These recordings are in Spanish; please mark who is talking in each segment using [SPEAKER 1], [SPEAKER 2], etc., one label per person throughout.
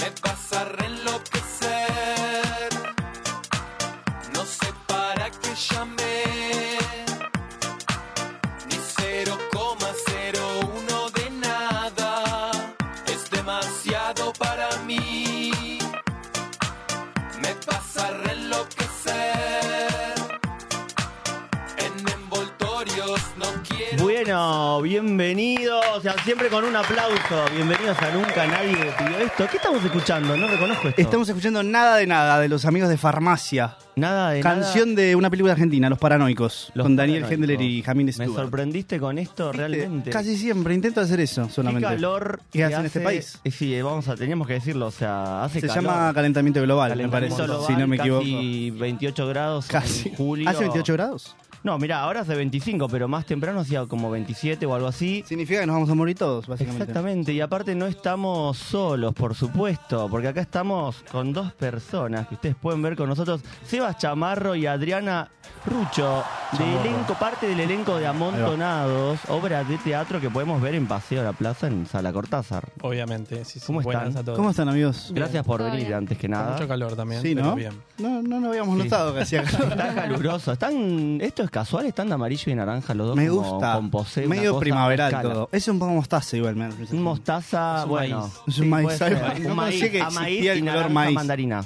[SPEAKER 1] Me vas a reenloquecer. No sé para qué llamé. Ni 0,01 de nada. Es demasiado para mí. Me vas a reenloquecer. En envoltorios no quiero.
[SPEAKER 2] Bueno, bienvenidos, o sea, siempre con un aplauso. Bienvenidos a Nunca Nadie pidió esto. ¿Qué estamos escuchando? No reconozco esto.
[SPEAKER 3] Estamos escuchando Nada de Nada de los amigos de Farmacia.
[SPEAKER 2] nada de
[SPEAKER 3] Canción de una película argentina, Los Paranoicos.
[SPEAKER 2] nada. Los
[SPEAKER 3] con Daniel
[SPEAKER 2] paranoicos.
[SPEAKER 3] Hendler y Jamín
[SPEAKER 2] Me
[SPEAKER 3] Stewart.
[SPEAKER 2] sorprendiste con esto
[SPEAKER 3] ¿Viste?
[SPEAKER 2] realmente.
[SPEAKER 3] Casi siempre intento hacer eso
[SPEAKER 2] Qué
[SPEAKER 3] solamente.
[SPEAKER 2] calor
[SPEAKER 3] ¿Qué
[SPEAKER 2] que
[SPEAKER 3] hace en este país?
[SPEAKER 2] Eh, Sí, eh, vamos a teníamos que decirlo, o sea, hace
[SPEAKER 3] Se
[SPEAKER 2] calor.
[SPEAKER 3] llama calentamiento global,
[SPEAKER 2] Calentamiento
[SPEAKER 3] me parece,
[SPEAKER 2] global,
[SPEAKER 3] si no me equivoco.
[SPEAKER 2] Casi 28 grados
[SPEAKER 3] Casi.
[SPEAKER 2] en julio.
[SPEAKER 3] ¿Hace 28 grados?
[SPEAKER 2] No, mira, ahora hace 25, pero más temprano hacía como 27 o algo así.
[SPEAKER 3] Significa que nos vamos a morir todos, básicamente.
[SPEAKER 2] Exactamente, y aparte no estamos solos, por supuesto, porque acá estamos con dos personas que ustedes pueden ver con nosotros, Sebas Chamarro y Adriana Rucho, de elenco, parte del elenco de Amontonados, obras de teatro que podemos ver en Paseo de la Plaza en Sala Cortázar.
[SPEAKER 4] Obviamente, sí, sí.
[SPEAKER 2] ¿Cómo
[SPEAKER 4] Buenas
[SPEAKER 2] están?
[SPEAKER 4] a todos.
[SPEAKER 3] ¿Cómo están, amigos?
[SPEAKER 2] Gracias por
[SPEAKER 5] Todo
[SPEAKER 2] venir
[SPEAKER 5] bien.
[SPEAKER 2] antes que
[SPEAKER 4] Con
[SPEAKER 2] nada.
[SPEAKER 4] mucho calor también.
[SPEAKER 3] Sí,
[SPEAKER 4] pero
[SPEAKER 3] ¿no?
[SPEAKER 4] bien.
[SPEAKER 3] No, no, no habíamos
[SPEAKER 2] Sí.
[SPEAKER 3] notado que hacía calor.
[SPEAKER 2] Está caluroso, están, esto es casual, están de amarillo y naranja los dos.
[SPEAKER 3] Me
[SPEAKER 2] como
[SPEAKER 3] gusta.
[SPEAKER 2] con posé, una
[SPEAKER 3] Medio
[SPEAKER 2] cosa
[SPEAKER 3] primaveral
[SPEAKER 2] escala.
[SPEAKER 3] todo. Es un poco mostaza igual, me
[SPEAKER 2] Un mostaza,
[SPEAKER 4] Es un
[SPEAKER 2] bueno.
[SPEAKER 4] maíz.
[SPEAKER 3] Es un maíz,
[SPEAKER 2] puede
[SPEAKER 3] ¿sabes?
[SPEAKER 2] ser.
[SPEAKER 3] No
[SPEAKER 2] Un maíz,
[SPEAKER 3] pensé que
[SPEAKER 2] a maíz
[SPEAKER 3] existía el
[SPEAKER 2] y
[SPEAKER 3] color
[SPEAKER 2] naranja
[SPEAKER 3] maíz.
[SPEAKER 2] mandarina.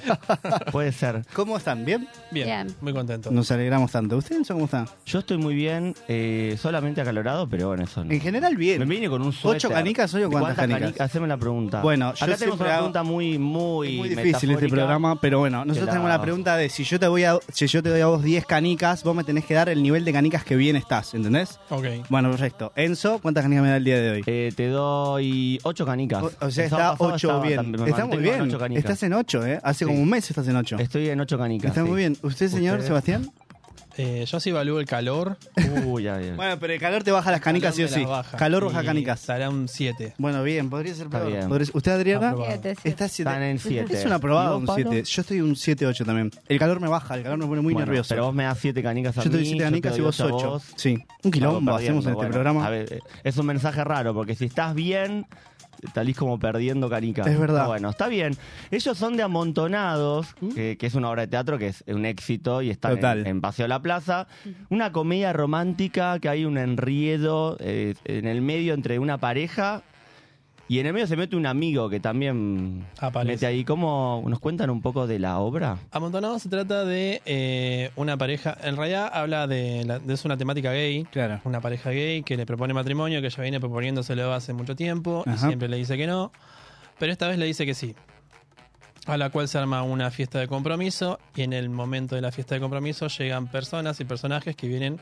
[SPEAKER 2] puede ser.
[SPEAKER 3] ¿Cómo están? ¿Bien?
[SPEAKER 4] Bien,
[SPEAKER 5] Bien.
[SPEAKER 4] muy contento.
[SPEAKER 3] Nos alegramos tanto. ¿Ustedes cómo están?
[SPEAKER 2] Yo estoy muy bien, eh, solamente acalorado, pero bueno, eso no.
[SPEAKER 3] En general,
[SPEAKER 2] Me
[SPEAKER 3] bien.
[SPEAKER 2] vine con un suéter.
[SPEAKER 3] ¿Ocho canicas hoy o cuántas canicas?
[SPEAKER 2] Haceme la pregunta.
[SPEAKER 3] Bueno, yo
[SPEAKER 2] Acá tenemos
[SPEAKER 3] siempre
[SPEAKER 2] una
[SPEAKER 3] hago-
[SPEAKER 2] pregunta muy, muy
[SPEAKER 3] Es muy difícil este
[SPEAKER 2] metafórica.
[SPEAKER 3] programa, pero bueno, nosotros
[SPEAKER 2] la-
[SPEAKER 3] tenemos la pregunta de si yo te voy a si yo te doy a vos 10 canicas, vos me tenés que dar el nivel de canicas que bien estás, ¿entendés?
[SPEAKER 4] Ok.
[SPEAKER 3] Bueno, perfecto. Enzo, ¿cuántas canicas me da el día de hoy?
[SPEAKER 2] Eh, te doy ocho canicas.
[SPEAKER 3] O, o sea,
[SPEAKER 2] El
[SPEAKER 3] está
[SPEAKER 2] sábado pasado
[SPEAKER 3] 8
[SPEAKER 2] estaba
[SPEAKER 3] bien.
[SPEAKER 2] también, me
[SPEAKER 3] Está muy
[SPEAKER 2] mantengo en
[SPEAKER 3] bien.
[SPEAKER 2] ocho canicas.
[SPEAKER 3] Estás en 8, ¿eh? Hace
[SPEAKER 2] Sí.
[SPEAKER 3] como un mes estás en 8.
[SPEAKER 2] Estoy en ocho canicas.
[SPEAKER 3] Está
[SPEAKER 2] sí.
[SPEAKER 3] muy bien. ¿Usted, señor
[SPEAKER 2] Ustedes-
[SPEAKER 3] Sebastián?
[SPEAKER 4] Eh, yo sí evalúo el calor.
[SPEAKER 2] Uy, ya, bien.
[SPEAKER 3] Bueno, pero el calor te baja las canicas sí o
[SPEAKER 4] Calor me
[SPEAKER 3] sí.
[SPEAKER 4] las baja.
[SPEAKER 3] Calor baja
[SPEAKER 4] Y
[SPEAKER 3] canicas.
[SPEAKER 4] Estará un 7.
[SPEAKER 3] Bueno, bien, podría ser
[SPEAKER 2] Está
[SPEAKER 3] peor.
[SPEAKER 2] bien.
[SPEAKER 3] Podría ser- ¿Usted, Adriana?
[SPEAKER 4] Aprobado.
[SPEAKER 5] Siete, siete.
[SPEAKER 3] Está siete.
[SPEAKER 2] Están en siete.
[SPEAKER 3] Es un
[SPEAKER 2] ¿Y
[SPEAKER 3] aprobado
[SPEAKER 2] vos,
[SPEAKER 3] un
[SPEAKER 2] Pablo?
[SPEAKER 3] 7. Yo estoy un 7-8 también. El calor me baja, el calor me pone muy
[SPEAKER 2] Bueno,
[SPEAKER 3] nervioso.
[SPEAKER 2] Pero vos me das siete canicas a
[SPEAKER 3] Yo te doy
[SPEAKER 2] mí,
[SPEAKER 3] 7
[SPEAKER 2] yo
[SPEAKER 3] canicas
[SPEAKER 2] te
[SPEAKER 3] y
[SPEAKER 2] doy
[SPEAKER 3] vos
[SPEAKER 2] ocho a
[SPEAKER 3] 8.
[SPEAKER 2] vos.
[SPEAKER 3] Sí. Un quilombo
[SPEAKER 2] Estamos
[SPEAKER 3] hacemos en
[SPEAKER 2] perdiendo,
[SPEAKER 3] este
[SPEAKER 2] bueno. A
[SPEAKER 3] programa.
[SPEAKER 2] ver, eh, es un mensaje raro, porque si estás bien, salís como perdiendo canica.
[SPEAKER 3] Es verdad. ¿Mm?
[SPEAKER 2] Pero Bueno, está bien. Ellos son de Amontonados, que, que es una obra de teatro que es un éxito y está
[SPEAKER 3] Total.
[SPEAKER 2] en, en Paseo de la Plaza. Una comedia romántica que hay un enriedo eh, en el medio entre una pareja. Y en el medio se mete un amigo que también
[SPEAKER 3] Ah,
[SPEAKER 4] Aparece.
[SPEAKER 2] mete ahí. ¿Cómo nos cuentan un poco de la obra?
[SPEAKER 4] Amontonado se trata de eh, una pareja. En realidad habla de. la- de- es una temática gay.
[SPEAKER 3] Claro.
[SPEAKER 4] Una pareja gay que le propone matrimonio, que ya viene proponiéndoselo hace mucho tiempo. Y
[SPEAKER 3] Ajá.
[SPEAKER 4] siempre le dice que no. Pero esta vez le dice que sí. A la cual se arma una fiesta de compromiso. Y en el momento de la fiesta de compromiso llegan personas y personajes que vienen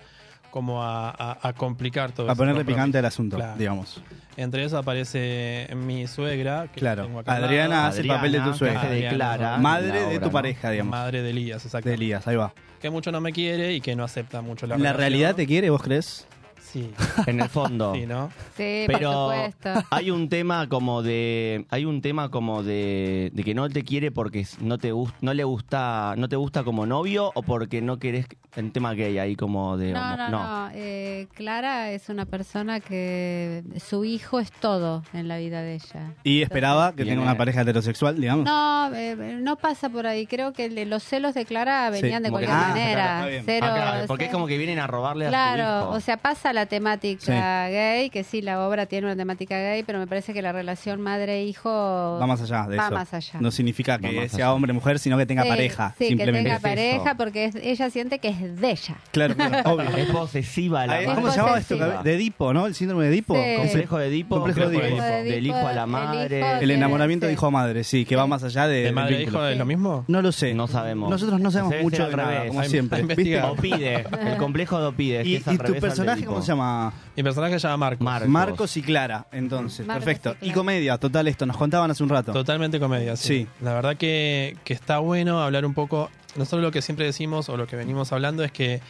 [SPEAKER 4] como a, a- a complicar todo
[SPEAKER 3] A
[SPEAKER 4] ese
[SPEAKER 3] ponerle
[SPEAKER 4] compromiso.
[SPEAKER 3] picante al asunto,
[SPEAKER 4] Claro.
[SPEAKER 3] digamos.
[SPEAKER 4] Entre eso aparece mi suegra, que
[SPEAKER 3] Claro.
[SPEAKER 4] tengo acá al lado,
[SPEAKER 3] Adriana Ah, Hace el papel de tu
[SPEAKER 2] Adriana, que
[SPEAKER 3] suegra.
[SPEAKER 2] se declara
[SPEAKER 3] Madre
[SPEAKER 2] en la
[SPEAKER 3] de
[SPEAKER 2] obra,
[SPEAKER 3] tu
[SPEAKER 2] Ah, ¿no?
[SPEAKER 3] pareja, digamos.
[SPEAKER 4] madre de Elías, exacto.
[SPEAKER 3] De Elías, ahí va.
[SPEAKER 4] Que mucho no me quiere y que no acepta mucho la
[SPEAKER 3] ¿La realidad te quiere, vos crees?
[SPEAKER 4] Sí,
[SPEAKER 2] En el fondo.
[SPEAKER 4] sí, ¿no?
[SPEAKER 5] Sí,
[SPEAKER 2] pero
[SPEAKER 5] por supuesto.
[SPEAKER 2] hay un tema como de hay un tema como de, de que no te quiere porque no te gus- no le gusta no te gusta como novio o porque no querés el tema gay ahí como de
[SPEAKER 5] No,
[SPEAKER 2] homo-
[SPEAKER 5] no, no. Eh, Clara es una persona que su hijo es todo en la vida de ella.
[SPEAKER 3] Y esperaba que
[SPEAKER 2] Bien,
[SPEAKER 3] tenga
[SPEAKER 2] eh.
[SPEAKER 3] una pareja heterosexual, digamos.
[SPEAKER 5] No, eh, no pasa por ahí. Creo que le- los celos de Clara
[SPEAKER 3] Sí,
[SPEAKER 5] venían de
[SPEAKER 2] como que-
[SPEAKER 5] cualquier
[SPEAKER 3] Ah,
[SPEAKER 5] manera.
[SPEAKER 3] claro, está bien.
[SPEAKER 5] Cero-
[SPEAKER 2] Ah, claro, porque es
[SPEAKER 5] cero-
[SPEAKER 2] como que vienen a robarle a su
[SPEAKER 5] Claro,
[SPEAKER 2] hijo.
[SPEAKER 5] o sea, pasa la temática gay, que sí, la obra tiene una temática gay, pero me parece que la relación madre-hijo
[SPEAKER 3] Va más allá de
[SPEAKER 5] va
[SPEAKER 3] eso.
[SPEAKER 5] más allá.
[SPEAKER 3] No significa
[SPEAKER 2] Va
[SPEAKER 3] que
[SPEAKER 2] más
[SPEAKER 3] sea
[SPEAKER 2] allá.
[SPEAKER 3] hombre o mujer, sino que tenga
[SPEAKER 5] Sí,
[SPEAKER 3] pareja,
[SPEAKER 5] eh, Sí,
[SPEAKER 3] simplemente.
[SPEAKER 5] que tenga
[SPEAKER 2] Es
[SPEAKER 5] pareja,
[SPEAKER 2] eso.
[SPEAKER 5] porque es- ella siente que es de ella.
[SPEAKER 3] Claro, claro, obvio.
[SPEAKER 2] es posesiva la
[SPEAKER 3] Ahí-
[SPEAKER 2] madre.
[SPEAKER 3] ¿Cómo se
[SPEAKER 5] llama
[SPEAKER 3] llamaba
[SPEAKER 5] posesiva.
[SPEAKER 3] esto? De Edipo, ¿no? El síndrome de Edipo.
[SPEAKER 5] Sí.
[SPEAKER 2] Complejo de Edipo,
[SPEAKER 3] Complejo de Edipo.
[SPEAKER 2] del hijo a la
[SPEAKER 5] El
[SPEAKER 2] madre,
[SPEAKER 5] hijo
[SPEAKER 3] El
[SPEAKER 5] de-
[SPEAKER 3] enamoramiento
[SPEAKER 5] sí.
[SPEAKER 3] de hijo a madre, sí, que va más allá de,
[SPEAKER 4] ¿De
[SPEAKER 3] del
[SPEAKER 4] madre e
[SPEAKER 3] vínculo.
[SPEAKER 4] hijo es lo mismo?
[SPEAKER 3] No lo sé.
[SPEAKER 2] No sabemos.
[SPEAKER 3] Nosotros no sabemos
[SPEAKER 2] Debe ser
[SPEAKER 3] mucho
[SPEAKER 2] al
[SPEAKER 3] de nada,
[SPEAKER 2] revés.
[SPEAKER 3] como
[SPEAKER 4] Hay-
[SPEAKER 3] siempre.
[SPEAKER 4] hay
[SPEAKER 3] ¿Viste?
[SPEAKER 4] investigación.
[SPEAKER 2] o pide, el complejo de Opide.
[SPEAKER 3] Y, y tu personaje, ¿Cómo se llama?
[SPEAKER 4] Mi personaje se llama Marcos.
[SPEAKER 2] Marcos.
[SPEAKER 3] Marcos y Clara, entonces.
[SPEAKER 5] Marcos y
[SPEAKER 3] Perfecto. Y
[SPEAKER 5] Clara.
[SPEAKER 3] comedia, total, esto. Nos contaban hace un rato.
[SPEAKER 4] Totalmente comedia, sí.
[SPEAKER 3] Sí.
[SPEAKER 4] La verdad que, que está bueno hablar un poco. Nosotros lo que siempre decimos o lo que venimos hablando es que,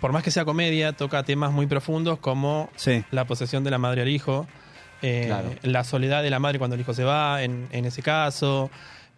[SPEAKER 4] por más que sea comedia, toca temas muy profundos como
[SPEAKER 3] Sí.
[SPEAKER 4] la posesión de la madre al hijo, eh,
[SPEAKER 2] Claro.
[SPEAKER 4] la soledad de la madre cuando el hijo se va, en, en ese caso.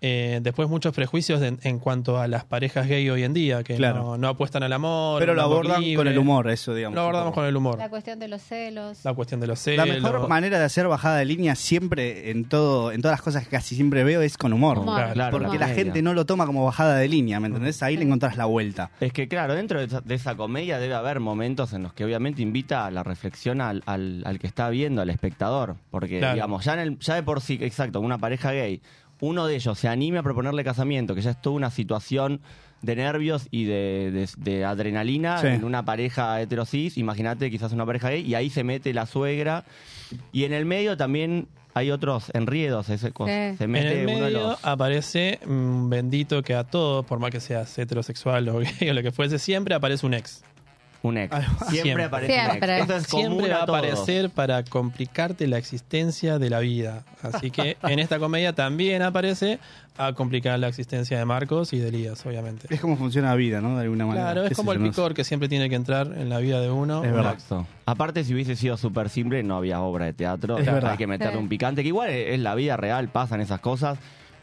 [SPEAKER 4] eh, después muchos prejuicios en- en cuanto a las parejas gay hoy en día, que
[SPEAKER 3] Claro.
[SPEAKER 4] no, no apuestan al amor.
[SPEAKER 3] Pero
[SPEAKER 4] un
[SPEAKER 3] lo
[SPEAKER 4] amor
[SPEAKER 3] abordan con
[SPEAKER 4] libre.
[SPEAKER 3] el humor, eso, digamos.
[SPEAKER 4] Lo abordamos con el humor.
[SPEAKER 5] La cuestión de los celos.
[SPEAKER 4] La cuestión de los
[SPEAKER 3] La
[SPEAKER 4] celos.
[SPEAKER 3] mejor manera de hacer bajada de línea siempre en todo, en todas las cosas que casi siempre veo es con humor.
[SPEAKER 5] Humor.
[SPEAKER 4] Claro,
[SPEAKER 2] claro,
[SPEAKER 3] Porque
[SPEAKER 5] humor.
[SPEAKER 3] la
[SPEAKER 2] comedia.
[SPEAKER 3] gente no lo toma como bajada de línea, ¿me entendés? Ahí le encontrás la vuelta.
[SPEAKER 2] Es que claro, dentro de esa, de esa comedia debe haber momentos en los que obviamente invita a la reflexión al, al- al que está viendo, al espectador. Porque,
[SPEAKER 4] Claro.
[SPEAKER 2] digamos, ya, en el- ya de por sí, exacto, una pareja gay, uno de ellos se anime a proponerle casamiento, que ya es toda una situación de nervios y de, de- de adrenalina
[SPEAKER 3] Sí.
[SPEAKER 2] en una pareja heterosis, imagínate quizás una pareja gay, y ahí se mete la suegra. Y en el medio también hay otros enriedos, ese cos-
[SPEAKER 5] Sí.
[SPEAKER 2] se
[SPEAKER 4] En
[SPEAKER 2] mete
[SPEAKER 4] el
[SPEAKER 2] uno de
[SPEAKER 4] medio
[SPEAKER 2] los...
[SPEAKER 4] aparece un bendito que a todos, por más que seas heterosexual o gay o lo que fuese, siempre aparece un ex.
[SPEAKER 2] Un ex. Siempre,
[SPEAKER 4] Siempre.
[SPEAKER 2] aparece un
[SPEAKER 5] Siempre.
[SPEAKER 2] ex. Eso es común
[SPEAKER 4] siempre va a
[SPEAKER 2] todos.
[SPEAKER 4] aparecer para complicarte la existencia de la vida. Así que en esta comedia también aparece a complicar la existencia de Marcos y de Elías, obviamente.
[SPEAKER 3] Es como funciona la vida, ¿no? De alguna manera.
[SPEAKER 4] Claro,
[SPEAKER 3] Qué
[SPEAKER 4] es
[SPEAKER 3] sé
[SPEAKER 4] como
[SPEAKER 3] yo,
[SPEAKER 4] el
[SPEAKER 3] no sé.
[SPEAKER 4] picor que siempre tiene que entrar en la vida de uno.
[SPEAKER 3] Es verdad.
[SPEAKER 2] Exacto. Aparte, si hubiese sido súper simple, no había obra de teatro.
[SPEAKER 3] Es verdad.
[SPEAKER 2] Hay que meterle
[SPEAKER 5] Sí.
[SPEAKER 2] un picante, que igual es es la vida real, pasan esas cosas.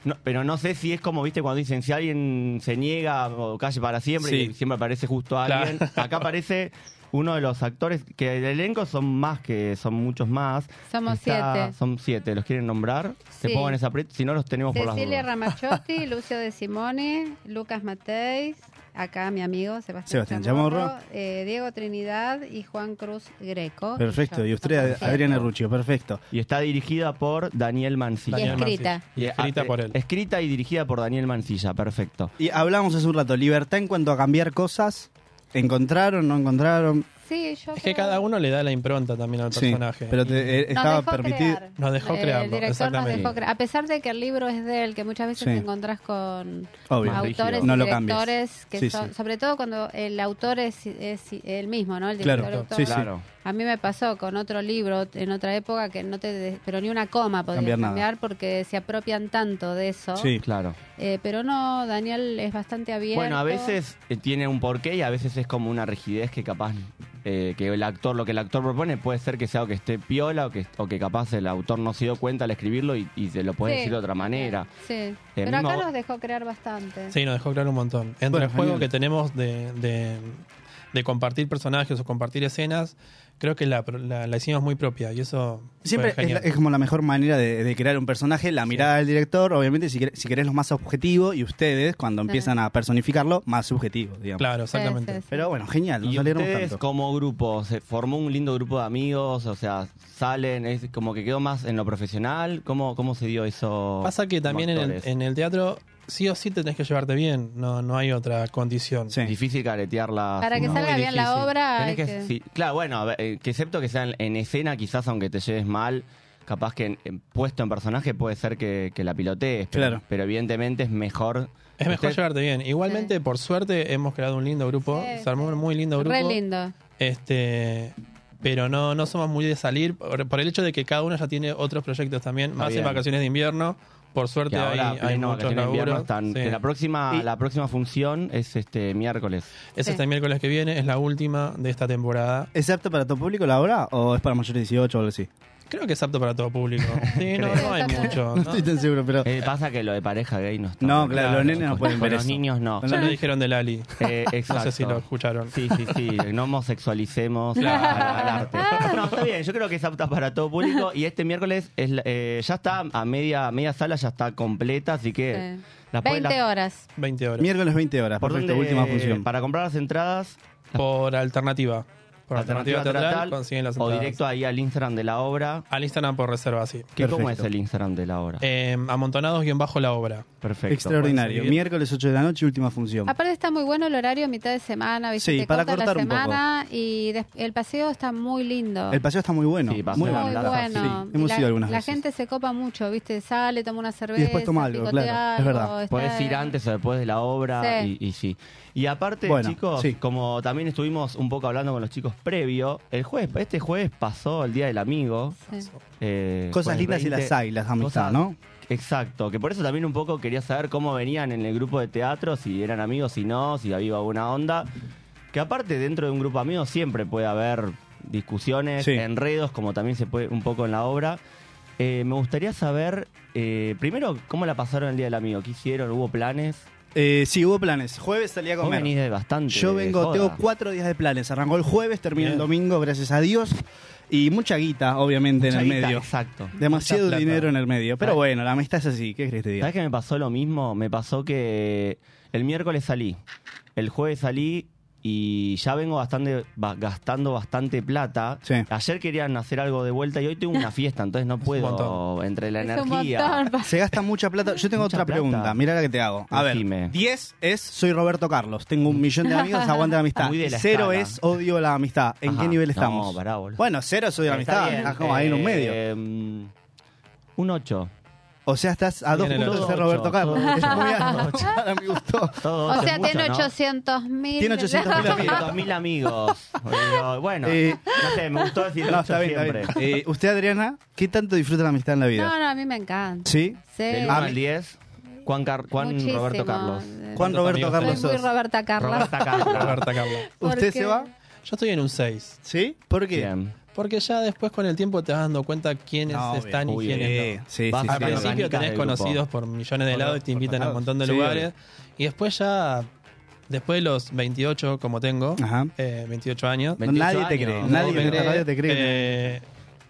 [SPEAKER 2] No, pero no sé si es como, viste, cuando dicen si alguien se niega o calle para siempre,
[SPEAKER 4] Sí.
[SPEAKER 2] y siempre aparece justo alguien.
[SPEAKER 4] Claro.
[SPEAKER 2] Acá aparece uno de los actores, que del elenco son más que, son muchos más.
[SPEAKER 5] Somos siete.
[SPEAKER 2] Son siete, los quieren nombrar. Se
[SPEAKER 5] Sí.
[SPEAKER 2] pongan esa pre- si no los tenemos por las
[SPEAKER 5] Cecilia
[SPEAKER 2] dudas.
[SPEAKER 5] Ramachotti, Lucio De Simone, Lucas Mateis, acá mi amigo Sebastián,
[SPEAKER 3] Sebastián
[SPEAKER 5] Chamorro,
[SPEAKER 3] Chamorro.
[SPEAKER 5] eh, Diego Trinidad y Juan Cruz Greco.
[SPEAKER 3] Perfecto.
[SPEAKER 5] Yo,
[SPEAKER 3] Y usted,
[SPEAKER 5] Patricia.
[SPEAKER 3] Adriana Ruccio, perfecto.
[SPEAKER 2] Y está dirigida por Daniel Mancilla.
[SPEAKER 4] Daniel Mancilla.
[SPEAKER 5] escrita.
[SPEAKER 4] Y escrita
[SPEAKER 2] Ah,
[SPEAKER 4] por
[SPEAKER 2] eh,
[SPEAKER 4] él.
[SPEAKER 2] Escrita y dirigida por Daniel Mancilla, perfecto.
[SPEAKER 3] Y hablamos hace un rato, libertad en cuanto a cambiar cosas. ¿Encontraron, no encontraron?
[SPEAKER 5] Sí, yo
[SPEAKER 4] Es que
[SPEAKER 5] creo-
[SPEAKER 4] cada uno le da la impronta también al personaje.
[SPEAKER 3] Sí, pero te- eh,
[SPEAKER 5] Nos
[SPEAKER 3] estaba
[SPEAKER 5] dejó
[SPEAKER 3] permitido.
[SPEAKER 5] crear.
[SPEAKER 4] Nos dejó
[SPEAKER 5] Eh,
[SPEAKER 4] crearlo,
[SPEAKER 5] El director nos
[SPEAKER 4] exactamente.
[SPEAKER 5] dejó crear. A pesar de que el libro es de él, que muchas veces
[SPEAKER 3] Sí.
[SPEAKER 5] te encontrás con
[SPEAKER 3] Ah, Obvio.
[SPEAKER 2] Más rígido.
[SPEAKER 5] autores
[SPEAKER 3] No
[SPEAKER 5] y
[SPEAKER 3] lo cambies.
[SPEAKER 5] directores que
[SPEAKER 3] Sí,
[SPEAKER 5] son,
[SPEAKER 3] sí.
[SPEAKER 5] sobre todo cuando el autor es, es el mismo, ¿no? El director
[SPEAKER 3] Claro,
[SPEAKER 5] autor.
[SPEAKER 3] sí, sí.
[SPEAKER 2] Claro.
[SPEAKER 5] A mí me pasó con otro libro en otra época que no te, de- pero ni una coma podía
[SPEAKER 3] Cambiar
[SPEAKER 5] cambiar,
[SPEAKER 3] nada.
[SPEAKER 5] porque se apropian tanto de eso.
[SPEAKER 3] Sí.
[SPEAKER 2] Claro.
[SPEAKER 5] Eh, pero no, Daniel es bastante abierto.
[SPEAKER 2] Bueno, a veces eh, tiene un porqué y a veces es como una rigidez que capaz eh, que el actor, lo que el actor propone puede ser que sea o que esté piola o que, o que capaz el autor no se dio cuenta al escribirlo y, y se lo puede
[SPEAKER 5] Sí.
[SPEAKER 2] decir de otra manera.
[SPEAKER 5] Sí.
[SPEAKER 2] El
[SPEAKER 5] Pero acá
[SPEAKER 2] mismo-
[SPEAKER 5] nos dejó crear bastante.
[SPEAKER 4] Sí, nos dejó crear un montón. Entre
[SPEAKER 3] Bueno,
[SPEAKER 4] el juego
[SPEAKER 3] genial.
[SPEAKER 4] que tenemos de, de- de compartir personajes o compartir escenas, creo que la, la- la hicimos muy propia y eso fue
[SPEAKER 3] Siempre es, la-
[SPEAKER 4] genial.
[SPEAKER 3] es como la mejor manera de, de crear un personaje, la mirada del director, obviamente si, quer- si querés lo más objetivo y ustedes cuando empiezan a personificarlo, más subjetivo, digamos.
[SPEAKER 4] Claro,
[SPEAKER 5] Sí,
[SPEAKER 4] exactamente.
[SPEAKER 5] sí, sí.
[SPEAKER 3] Pero bueno, genial, nos
[SPEAKER 2] Y
[SPEAKER 3] alegramos
[SPEAKER 2] ustedes
[SPEAKER 3] tanto.
[SPEAKER 2] como grupo, se formó un lindo grupo de amigos, o sea, salen, es como que quedó más en lo profesional. ¿Cómo, cómo se dio eso?
[SPEAKER 4] Pasa que
[SPEAKER 2] como
[SPEAKER 4] también en el,
[SPEAKER 2] actores?
[SPEAKER 4] en el teatro sí o sí tenés que llevarte bien, no, no hay otra condición.
[SPEAKER 3] Sí.
[SPEAKER 2] Difícil caretear las...
[SPEAKER 5] Para que
[SPEAKER 4] No,
[SPEAKER 5] salga
[SPEAKER 4] muy
[SPEAKER 5] bien la
[SPEAKER 4] difícil.
[SPEAKER 5] obra. hay
[SPEAKER 2] Tenés que-
[SPEAKER 5] que-
[SPEAKER 2] sí, claro, bueno, a ver, eh, que excepto que sea en, en escena, quizás aunque te lleves mal, capaz que en- en- puesto en personaje puede ser que, que la pilotees. Pero,
[SPEAKER 3] Claro.
[SPEAKER 2] Pero evidentemente es mejor.
[SPEAKER 4] Es mejor
[SPEAKER 2] Usted-
[SPEAKER 4] llevarte bien. Igualmente, por suerte, hemos creado un lindo grupo.
[SPEAKER 5] Sí,
[SPEAKER 4] se armó un muy lindo grupo.
[SPEAKER 5] Re lindo.
[SPEAKER 4] Este, pero no, no somos muy de salir por, por el hecho de que cada uno ya tiene otros proyectos también, más
[SPEAKER 2] bien.
[SPEAKER 4] en vacaciones de invierno. Por suerte
[SPEAKER 2] que ahora,
[SPEAKER 4] hay, hay
[SPEAKER 2] pleno
[SPEAKER 4] muchos
[SPEAKER 2] vacaciones de invierno,
[SPEAKER 4] laburos.
[SPEAKER 2] están-
[SPEAKER 4] Sí.
[SPEAKER 2] que la próxima la próxima función es este miércoles.
[SPEAKER 4] Es
[SPEAKER 5] Sí.
[SPEAKER 4] este miércoles que viene, es la última de esta temporada.
[SPEAKER 3] ¿Es apto para todo público la obra o es para mayores de 18 o algo así?
[SPEAKER 4] Creo que es apto para todo público. Sí, no,
[SPEAKER 5] Creo.
[SPEAKER 4] no hay mucho.
[SPEAKER 3] No
[SPEAKER 4] ¿no?
[SPEAKER 3] estoy tan seguro, pero...
[SPEAKER 2] Eh, pasa que lo de pareja gay no está.
[SPEAKER 3] No,
[SPEAKER 2] muy
[SPEAKER 3] claro, los nenes no pueden
[SPEAKER 2] Con
[SPEAKER 3] ver
[SPEAKER 2] los
[SPEAKER 3] eso.
[SPEAKER 2] niños no.
[SPEAKER 4] Ya lo dijeron de Lali.
[SPEAKER 2] Eh,
[SPEAKER 4] No
[SPEAKER 2] exacto.
[SPEAKER 4] sé si lo escucharon.
[SPEAKER 2] Sí, sí, sí, no homosexualicemos
[SPEAKER 4] Claro.
[SPEAKER 2] al, al arte. No, está bien, yo creo que es apta para todo público y este miércoles es, la- eh, ya está a media media sala, ya está completa, así que...
[SPEAKER 5] Sí.
[SPEAKER 2] las pueden-
[SPEAKER 5] 20
[SPEAKER 2] las-
[SPEAKER 5] horas.
[SPEAKER 4] 20 horas.
[SPEAKER 3] Miércoles 20 horas,
[SPEAKER 2] ¿Por
[SPEAKER 3] perfecto,
[SPEAKER 2] dónde-
[SPEAKER 3] última función.
[SPEAKER 2] eh, Para comprar las entradas,
[SPEAKER 4] Por alternativa. Por alternativa, teatral,
[SPEAKER 2] teatral,
[SPEAKER 4] consiguen las
[SPEAKER 2] o
[SPEAKER 4] entradas.
[SPEAKER 2] directo ahí al Instagram de la obra.
[SPEAKER 4] Al Instagram por reserva, sí.
[SPEAKER 2] que ¿Cómo es
[SPEAKER 3] Perfecto.
[SPEAKER 2] el Instagram de la obra?
[SPEAKER 4] Eh, amontonados guión bajo la obra.
[SPEAKER 2] Perfecto. pues.
[SPEAKER 3] Extraordinario,
[SPEAKER 4] seguir.
[SPEAKER 3] miércoles 8 de la noche, última función.
[SPEAKER 5] Aparte está muy bueno el horario, mitad de semana, ¿viste?
[SPEAKER 3] Sí,
[SPEAKER 5] Te
[SPEAKER 3] para
[SPEAKER 5] cortan
[SPEAKER 3] cortar
[SPEAKER 5] la
[SPEAKER 3] un poco.
[SPEAKER 5] semana y des- el paseo está muy lindo.
[SPEAKER 3] El paseo está muy bueno,
[SPEAKER 2] Sí, paseo
[SPEAKER 3] muy
[SPEAKER 5] muy
[SPEAKER 2] la
[SPEAKER 3] bueno.
[SPEAKER 2] plaza,
[SPEAKER 5] bueno.
[SPEAKER 3] Sí, hemos
[SPEAKER 5] la,
[SPEAKER 3] ido algunas
[SPEAKER 5] la
[SPEAKER 3] veces.
[SPEAKER 5] gente se copa mucho, ¿viste? Sale, toma una cerveza.
[SPEAKER 3] toma algo,
[SPEAKER 5] picotea
[SPEAKER 3] claro, es verdad.
[SPEAKER 5] algo, está-
[SPEAKER 2] Podés ir antes o después de la obra
[SPEAKER 5] Sí.
[SPEAKER 2] y, y sí. Y aparte,
[SPEAKER 3] Bueno,
[SPEAKER 2] chicos,
[SPEAKER 3] sí.
[SPEAKER 2] como también estuvimos un poco hablando con los chicos minutos previo, el jueves, este jueves pasó el Día del Amigo.
[SPEAKER 5] Sí.
[SPEAKER 2] eh,
[SPEAKER 3] Cosas
[SPEAKER 2] con el
[SPEAKER 3] lindas y
[SPEAKER 2] 20,
[SPEAKER 3] las hay, las amistades,
[SPEAKER 2] cosas-
[SPEAKER 3] ¿no?
[SPEAKER 2] Exacto, que por eso también un poco quería saber cómo venían en el grupo de teatro, si eran amigos, si no, si había una onda. Que aparte dentro de un grupo amigo siempre puede haber discusiones,
[SPEAKER 3] Sí.
[SPEAKER 2] enredos, como también se puede un poco en la obra. Eh, me gustaría saber, eh, primero, cómo la pasaron el Día del Amigo, qué hicieron, hubo planes.
[SPEAKER 3] Eh, sí, hubo planes. Jueves salí a
[SPEAKER 2] Vos
[SPEAKER 3] comer.
[SPEAKER 2] venís de bastante.
[SPEAKER 3] Yo vengo,
[SPEAKER 2] joda.
[SPEAKER 3] tengo cuatro días de planes. Arrancó el jueves, termina el
[SPEAKER 4] Bien.
[SPEAKER 3] domingo, gracias a Dios. Y mucha guita, obviamente, en el
[SPEAKER 2] Chaguita,
[SPEAKER 3] medio.
[SPEAKER 2] Exacto.
[SPEAKER 3] Demasiado
[SPEAKER 4] plata.
[SPEAKER 3] dinero en el medio. Pero
[SPEAKER 2] ¿Sabes?
[SPEAKER 3] bueno, la amistad es así. ¿Qué crees que te diga?
[SPEAKER 2] ¿Sabes que me pasó lo mismo? Me pasó que el miércoles salí, el jueves salí y ya vengo bastante ba- gastando bastante plata.
[SPEAKER 3] Sí.
[SPEAKER 2] Ayer querían hacer algo de vuelta y hoy tengo una fiesta, entonces no puedo
[SPEAKER 4] montón.
[SPEAKER 2] entre la
[SPEAKER 5] Es un
[SPEAKER 2] energía.
[SPEAKER 5] montón, pa-
[SPEAKER 3] Se gasta mucha plata. Yo tengo
[SPEAKER 2] Mucha
[SPEAKER 3] otra
[SPEAKER 2] plata.
[SPEAKER 3] pregunta. Mira la que te hago. A
[SPEAKER 2] Decime.
[SPEAKER 3] ver, 10 es soy Roberto Carlos. Tengo un millón de amigos, aguante la amistad.
[SPEAKER 2] Muy de la
[SPEAKER 3] Cero
[SPEAKER 2] escala.
[SPEAKER 3] es odio la amistad. ¿En
[SPEAKER 2] Ajá.
[SPEAKER 3] qué nivel
[SPEAKER 2] No,
[SPEAKER 3] estamos?
[SPEAKER 2] pará, boludo.
[SPEAKER 3] bueno, cero es odio la
[SPEAKER 2] Está
[SPEAKER 3] amistad.
[SPEAKER 2] bien,
[SPEAKER 3] Estás como ahí en un medio.
[SPEAKER 2] eh, mm, un 8.
[SPEAKER 3] O sea, estás a dos
[SPEAKER 4] Bien, el
[SPEAKER 3] puntos de ser
[SPEAKER 2] ocho,
[SPEAKER 3] Roberto Carlos.
[SPEAKER 2] todo
[SPEAKER 3] Es muy
[SPEAKER 2] ocho,
[SPEAKER 3] alto,
[SPEAKER 2] ocho.
[SPEAKER 3] para mi gusto.
[SPEAKER 5] O sea, tiene 800 mil.
[SPEAKER 3] Tiene 800.000 amigos.
[SPEAKER 2] 2.000 amigos. Digo, Bueno,
[SPEAKER 3] Eh,
[SPEAKER 2] no sé, me gustó decir
[SPEAKER 3] No,
[SPEAKER 2] 8
[SPEAKER 3] está bien, está
[SPEAKER 2] siempre.
[SPEAKER 3] bien. Eh, usted, Adriana, ¿qué tanto disfruta la amistad en la vida?
[SPEAKER 5] No, no, a mí me encanta.
[SPEAKER 3] ¿Sí?
[SPEAKER 5] Sí.
[SPEAKER 2] Del 1 al 10, Juan, Car- Juan
[SPEAKER 5] Muchísimo.
[SPEAKER 2] Roberto Carlos.
[SPEAKER 5] Eh,
[SPEAKER 3] Juan
[SPEAKER 4] ¿Cuántos
[SPEAKER 3] Roberto
[SPEAKER 4] amigos
[SPEAKER 3] Carlos
[SPEAKER 5] Soy muy
[SPEAKER 3] sos?
[SPEAKER 5] Roberta Carlos.
[SPEAKER 2] Roberta Carlos.
[SPEAKER 4] Roberta Carlos.
[SPEAKER 3] ¿Usted
[SPEAKER 5] Porque-
[SPEAKER 3] se va?
[SPEAKER 4] Yo estoy en un 6.
[SPEAKER 3] ¿Sí? ¿Por qué?
[SPEAKER 2] Bien.
[SPEAKER 4] Porque ya después con el tiempo te vas dando cuenta quiénes
[SPEAKER 3] No, obvio.
[SPEAKER 4] están
[SPEAKER 2] Uy,
[SPEAKER 4] y quiénes
[SPEAKER 3] Eh,
[SPEAKER 4] no.
[SPEAKER 3] sí,
[SPEAKER 2] Vas
[SPEAKER 3] sí,
[SPEAKER 2] a
[SPEAKER 4] Al
[SPEAKER 3] sí.
[SPEAKER 2] Pero
[SPEAKER 4] principio
[SPEAKER 2] dinámicas
[SPEAKER 4] tenés
[SPEAKER 2] del grupo.
[SPEAKER 4] conocidos por millones de
[SPEAKER 3] Por
[SPEAKER 4] lados y
[SPEAKER 3] los-
[SPEAKER 4] te
[SPEAKER 3] por
[SPEAKER 4] invitan a un
[SPEAKER 3] todos
[SPEAKER 4] montón de
[SPEAKER 3] lados. Sí,
[SPEAKER 4] lugares. Y después ya, después de los 28 como tengo,
[SPEAKER 3] Ajá.
[SPEAKER 4] eh, 28 años,
[SPEAKER 2] 28
[SPEAKER 3] Nadie te
[SPEAKER 2] años.
[SPEAKER 3] cree.
[SPEAKER 2] No,
[SPEAKER 3] Nadie
[SPEAKER 4] me
[SPEAKER 3] en esta
[SPEAKER 4] cree.
[SPEAKER 3] radio te cree.
[SPEAKER 4] eh,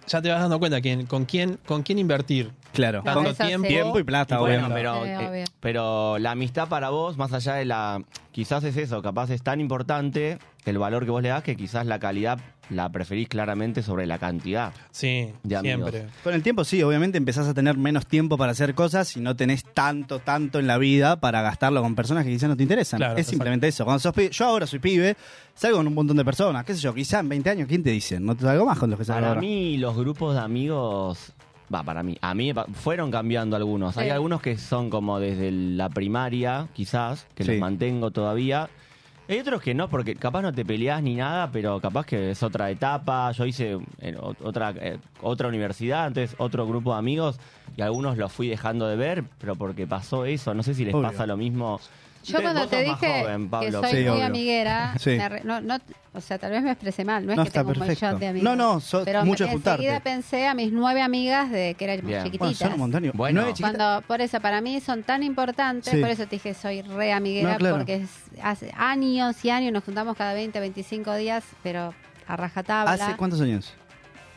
[SPEAKER 4] ya te vas dando cuenta quién, con, quién, con quién invertir.
[SPEAKER 3] claro.
[SPEAKER 5] Ah,
[SPEAKER 4] Tanto
[SPEAKER 5] eso sí.
[SPEAKER 4] tiempo,
[SPEAKER 3] Tiempo y plata,
[SPEAKER 2] Y bueno,
[SPEAKER 3] obviamente.
[SPEAKER 2] pero,
[SPEAKER 5] Sí,
[SPEAKER 2] eh,
[SPEAKER 5] obvio.
[SPEAKER 2] pero la amistad para vos, más allá de la... Quizás es eso, capaz es tan importante el valor que vos le das que quizás la calidad la preferís claramente sobre la cantidad.
[SPEAKER 4] Sí,
[SPEAKER 2] De amigos.
[SPEAKER 4] siempre.
[SPEAKER 3] Con el tiempo, sí, obviamente empezás a tener menos tiempo para hacer cosas y no tenés tanto, tanto en la vida para gastarlo con personas que quizás no te interesan.
[SPEAKER 4] Claro,
[SPEAKER 3] es simplemente eso. Cuando sos pibe, yo ahora soy pibe, salgo con un montón de personas, qué sé yo, quizás en 20 años, ¿quién te dice? No te salgo más con los que salgo
[SPEAKER 2] Para
[SPEAKER 3] ahora.
[SPEAKER 2] mí los grupos de amigos, va, para mí, a mí me pa- fueron cambiando algunos. Hay
[SPEAKER 5] Sí.
[SPEAKER 2] algunos que son como desde la primaria, quizás, que los
[SPEAKER 3] Sí.
[SPEAKER 2] mantengo todavía. Hay otros que no, porque capaz no te peleás ni nada, pero capaz que es otra etapa. Yo hice eh, o- otra, eh, otra universidad, entonces otro grupo de amigos, y algunos los fui dejando de ver, pero porque pasó eso. No sé si les
[SPEAKER 3] Obvio.
[SPEAKER 2] pasa lo mismo.
[SPEAKER 5] Yo cuando
[SPEAKER 2] Vos
[SPEAKER 5] te
[SPEAKER 2] sos más
[SPEAKER 5] dije
[SPEAKER 2] joven,
[SPEAKER 5] que
[SPEAKER 2] Pablo.
[SPEAKER 5] soy
[SPEAKER 3] Sí,
[SPEAKER 5] muy
[SPEAKER 3] obvio.
[SPEAKER 5] amiguera,
[SPEAKER 3] Sí.
[SPEAKER 5] me re- no, no- o sea, tal vez me expresé mal, no es
[SPEAKER 3] No,
[SPEAKER 5] que
[SPEAKER 3] está
[SPEAKER 5] tengo un
[SPEAKER 3] perfecto.
[SPEAKER 5] millón de amigos.
[SPEAKER 3] No, no, sos
[SPEAKER 5] pero
[SPEAKER 3] mucho
[SPEAKER 5] me-
[SPEAKER 3] juntarte.
[SPEAKER 5] enseguida pensé a mis nueve amigas de que éramos
[SPEAKER 2] Bien. Bueno,
[SPEAKER 3] Bueno,
[SPEAKER 5] chiquititas.
[SPEAKER 3] son un montón.
[SPEAKER 2] Bueno.
[SPEAKER 3] Nueve chiquitas-
[SPEAKER 5] Cuando, por eso, para mí son tan importantes,
[SPEAKER 3] Sí.
[SPEAKER 5] por eso te dije, soy re amiguera,
[SPEAKER 3] No, claro.
[SPEAKER 5] porque es- hace años y años nos juntamos cada 20, 25 días, pero a rajatabla.
[SPEAKER 3] ¿Hace cuántos años?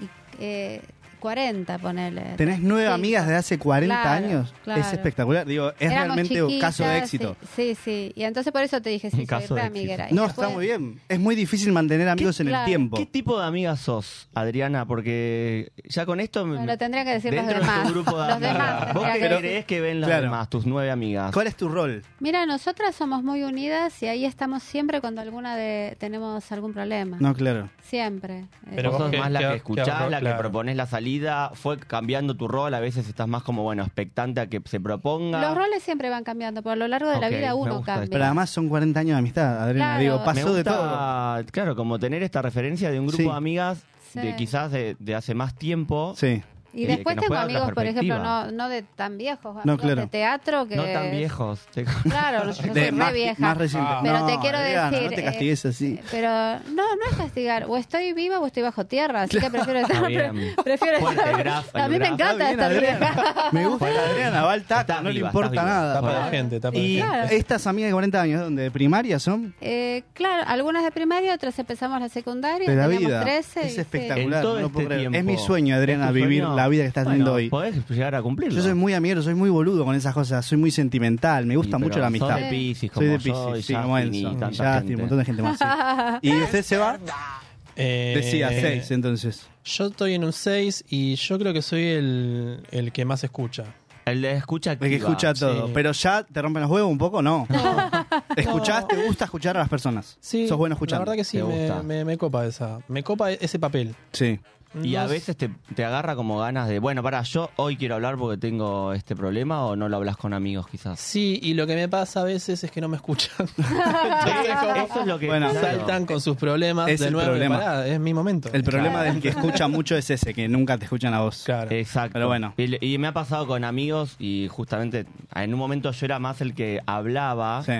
[SPEAKER 5] y, eh, 40, ponele.
[SPEAKER 3] ¿Tenés nueve
[SPEAKER 5] Sí.
[SPEAKER 3] amigas de hace 40
[SPEAKER 5] Claro,
[SPEAKER 3] años?
[SPEAKER 5] claro.
[SPEAKER 3] Es espectacular. Digo, es
[SPEAKER 5] Éramos
[SPEAKER 3] realmente un caso de
[SPEAKER 5] chiquitas,
[SPEAKER 3] éxito.
[SPEAKER 5] Sí, sí, sí. Y entonces por eso te dije, sí,
[SPEAKER 2] Un caso
[SPEAKER 5] soy
[SPEAKER 2] de
[SPEAKER 5] re
[SPEAKER 2] éxito.
[SPEAKER 5] amiguera. Y
[SPEAKER 3] No,
[SPEAKER 5] después-
[SPEAKER 3] está muy bien. Es muy difícil mantener amigos en el
[SPEAKER 5] claro.
[SPEAKER 3] tiempo.
[SPEAKER 2] ¿Qué tipo de amiga sos, Adriana? Porque ya con esto... me-
[SPEAKER 5] Bueno, lo tendrían que decir los
[SPEAKER 2] Dentro
[SPEAKER 5] demás.
[SPEAKER 2] de tu grupo de
[SPEAKER 5] los demás.
[SPEAKER 2] amigas. ¿Vos qué
[SPEAKER 5] tendrían que decir.
[SPEAKER 2] crees que ven las
[SPEAKER 3] Claro.
[SPEAKER 2] demás, tus nueve amigas?
[SPEAKER 3] ¿Cuál es tu rol?
[SPEAKER 5] Mira, nosotras somos muy unidas y ahí estamos siempre cuando alguna de tenemos algún problema.
[SPEAKER 3] No, claro.
[SPEAKER 5] Siempre.
[SPEAKER 4] Pero
[SPEAKER 2] ¿Vos
[SPEAKER 4] vos
[SPEAKER 2] sos
[SPEAKER 4] qué-
[SPEAKER 2] más la
[SPEAKER 4] qué-
[SPEAKER 2] que
[SPEAKER 4] qué
[SPEAKER 2] escuchás,
[SPEAKER 4] arro-
[SPEAKER 2] la que
[SPEAKER 4] claro.
[SPEAKER 2] propones la salida? ¿Fue cambiando tu rol? A veces estás más como, bueno, expectante a que se proponga.
[SPEAKER 5] Los roles siempre van cambiando, por lo largo de
[SPEAKER 2] Ok,
[SPEAKER 5] la vida
[SPEAKER 2] me
[SPEAKER 5] uno
[SPEAKER 2] gusta
[SPEAKER 5] cambia.
[SPEAKER 2] esto.
[SPEAKER 3] Pero además son 40 años de amistad, Adriana.
[SPEAKER 5] Claro.
[SPEAKER 3] Digo,
[SPEAKER 2] Me
[SPEAKER 3] pasó de
[SPEAKER 2] gusta,
[SPEAKER 3] todo.
[SPEAKER 2] Claro, como tener esta referencia de un grupo
[SPEAKER 3] Sí.
[SPEAKER 2] de amigas
[SPEAKER 5] Sí.
[SPEAKER 2] de quizás de, de hace más tiempo.
[SPEAKER 3] Sí.
[SPEAKER 5] y
[SPEAKER 2] eh,
[SPEAKER 5] después
[SPEAKER 2] que nos
[SPEAKER 5] tengo
[SPEAKER 2] pueda dar otra
[SPEAKER 5] amigos, por ejemplo,
[SPEAKER 2] perspectiva.
[SPEAKER 5] no, no de tan viejos, amigos
[SPEAKER 3] claro.
[SPEAKER 5] de teatro que...
[SPEAKER 2] No tan viejos.
[SPEAKER 5] Claro, yo soy
[SPEAKER 3] De
[SPEAKER 5] re
[SPEAKER 3] más,
[SPEAKER 5] vieja.
[SPEAKER 3] más reciente.
[SPEAKER 4] Ah.
[SPEAKER 5] Pero
[SPEAKER 3] No,
[SPEAKER 5] te quiero
[SPEAKER 3] Adriana,
[SPEAKER 5] decir,
[SPEAKER 3] No te
[SPEAKER 5] eh,
[SPEAKER 3] castigues así.
[SPEAKER 5] Pero no, no es castigar. O estoy viva o estoy bajo tierra. Así que prefiero estar.
[SPEAKER 2] bien.
[SPEAKER 5] prefiero
[SPEAKER 2] Fuerte
[SPEAKER 5] estar-
[SPEAKER 2] graf, el
[SPEAKER 5] a mí me
[SPEAKER 2] graf.
[SPEAKER 3] Está
[SPEAKER 5] encanta
[SPEAKER 3] bien,
[SPEAKER 5] estar
[SPEAKER 3] Adriana.
[SPEAKER 5] vieja.
[SPEAKER 3] Me gusta Adriana, va al taco,
[SPEAKER 2] Estás
[SPEAKER 3] no le
[SPEAKER 2] viva,
[SPEAKER 3] importa
[SPEAKER 2] estás viva.
[SPEAKER 3] nada.
[SPEAKER 4] Tapa de
[SPEAKER 5] Claro.
[SPEAKER 4] gente, tapa de
[SPEAKER 3] Y
[SPEAKER 4] gente.
[SPEAKER 5] Claro.
[SPEAKER 3] estas amigas de 40 años, ¿dónde? ¿De primaria son?
[SPEAKER 5] Eh, claro, algunas de primaria, otras empezamos la secundaria.
[SPEAKER 3] De la
[SPEAKER 5] teníamos
[SPEAKER 3] vida.
[SPEAKER 5] 13. y
[SPEAKER 3] es
[SPEAKER 5] sí.
[SPEAKER 3] espectacular.
[SPEAKER 2] En todo
[SPEAKER 3] no lo
[SPEAKER 2] este
[SPEAKER 3] puedo creer.
[SPEAKER 2] tiempo,
[SPEAKER 3] es mi sueño, Adriana,
[SPEAKER 2] ¿es tu
[SPEAKER 3] vivir
[SPEAKER 2] sueño?
[SPEAKER 3] la vida que estás teniendo
[SPEAKER 2] Bueno,
[SPEAKER 3] hoy.
[SPEAKER 2] Podés llegar a cumplirlo.
[SPEAKER 3] Yo soy muy amiguero, soy muy boludo con esas cosas. Soy muy sentimental, me gusta
[SPEAKER 2] Y,
[SPEAKER 3] mucho
[SPEAKER 2] pero
[SPEAKER 3] la amistad.
[SPEAKER 2] Soy de Pisces,
[SPEAKER 3] Soy
[SPEAKER 2] como
[SPEAKER 3] de
[SPEAKER 2] yo, y
[SPEAKER 3] Pisces, sí,
[SPEAKER 2] Justin
[SPEAKER 3] como
[SPEAKER 2] y
[SPEAKER 3] Enzo.
[SPEAKER 2] tanta
[SPEAKER 3] Justin,
[SPEAKER 2] gente.
[SPEAKER 3] un montón de gente más. sí. ¿Y usted se va?
[SPEAKER 4] Eh,
[SPEAKER 3] Decía seis, entonces.
[SPEAKER 4] Yo estoy en un 6 y yo creo que soy el, el que más escucha.
[SPEAKER 2] El de escucha
[SPEAKER 3] El que
[SPEAKER 2] activa.
[SPEAKER 3] escucha todo.
[SPEAKER 4] sí.
[SPEAKER 3] Pero ya te rompen los huevos un poco, no. ¿Escuchás? ¿Te gusta escuchar a las personas?
[SPEAKER 4] Sí,
[SPEAKER 3] ¿Sos bueno escuchando?
[SPEAKER 4] La verdad que sí,
[SPEAKER 2] Te
[SPEAKER 4] me,
[SPEAKER 2] gusta.
[SPEAKER 4] me- me copa esa. Me copa ese papel.
[SPEAKER 3] Sí.
[SPEAKER 2] Y a
[SPEAKER 4] Nos-
[SPEAKER 2] veces te, te agarra como ganas de, bueno, para, yo hoy quiero hablar porque tengo este problema o no lo hablas con amigos quizás.
[SPEAKER 4] Sí, y lo que me pasa a veces es que no me escuchan. Entonces, como
[SPEAKER 2] Eso es lo que
[SPEAKER 3] Bueno,
[SPEAKER 2] claro.
[SPEAKER 4] saltan con sus problemas
[SPEAKER 3] Es
[SPEAKER 4] de
[SPEAKER 3] el
[SPEAKER 4] nuevo. y
[SPEAKER 3] problema.
[SPEAKER 4] pará, es mi momento.
[SPEAKER 3] El problema del que escucha mucho es ese, que nunca te escuchan a vos.
[SPEAKER 4] Claro.
[SPEAKER 2] Exacto.
[SPEAKER 3] Pero bueno.
[SPEAKER 2] Y, y me ha pasado con amigos y justamente en un momento yo era más el que hablaba
[SPEAKER 3] Sí.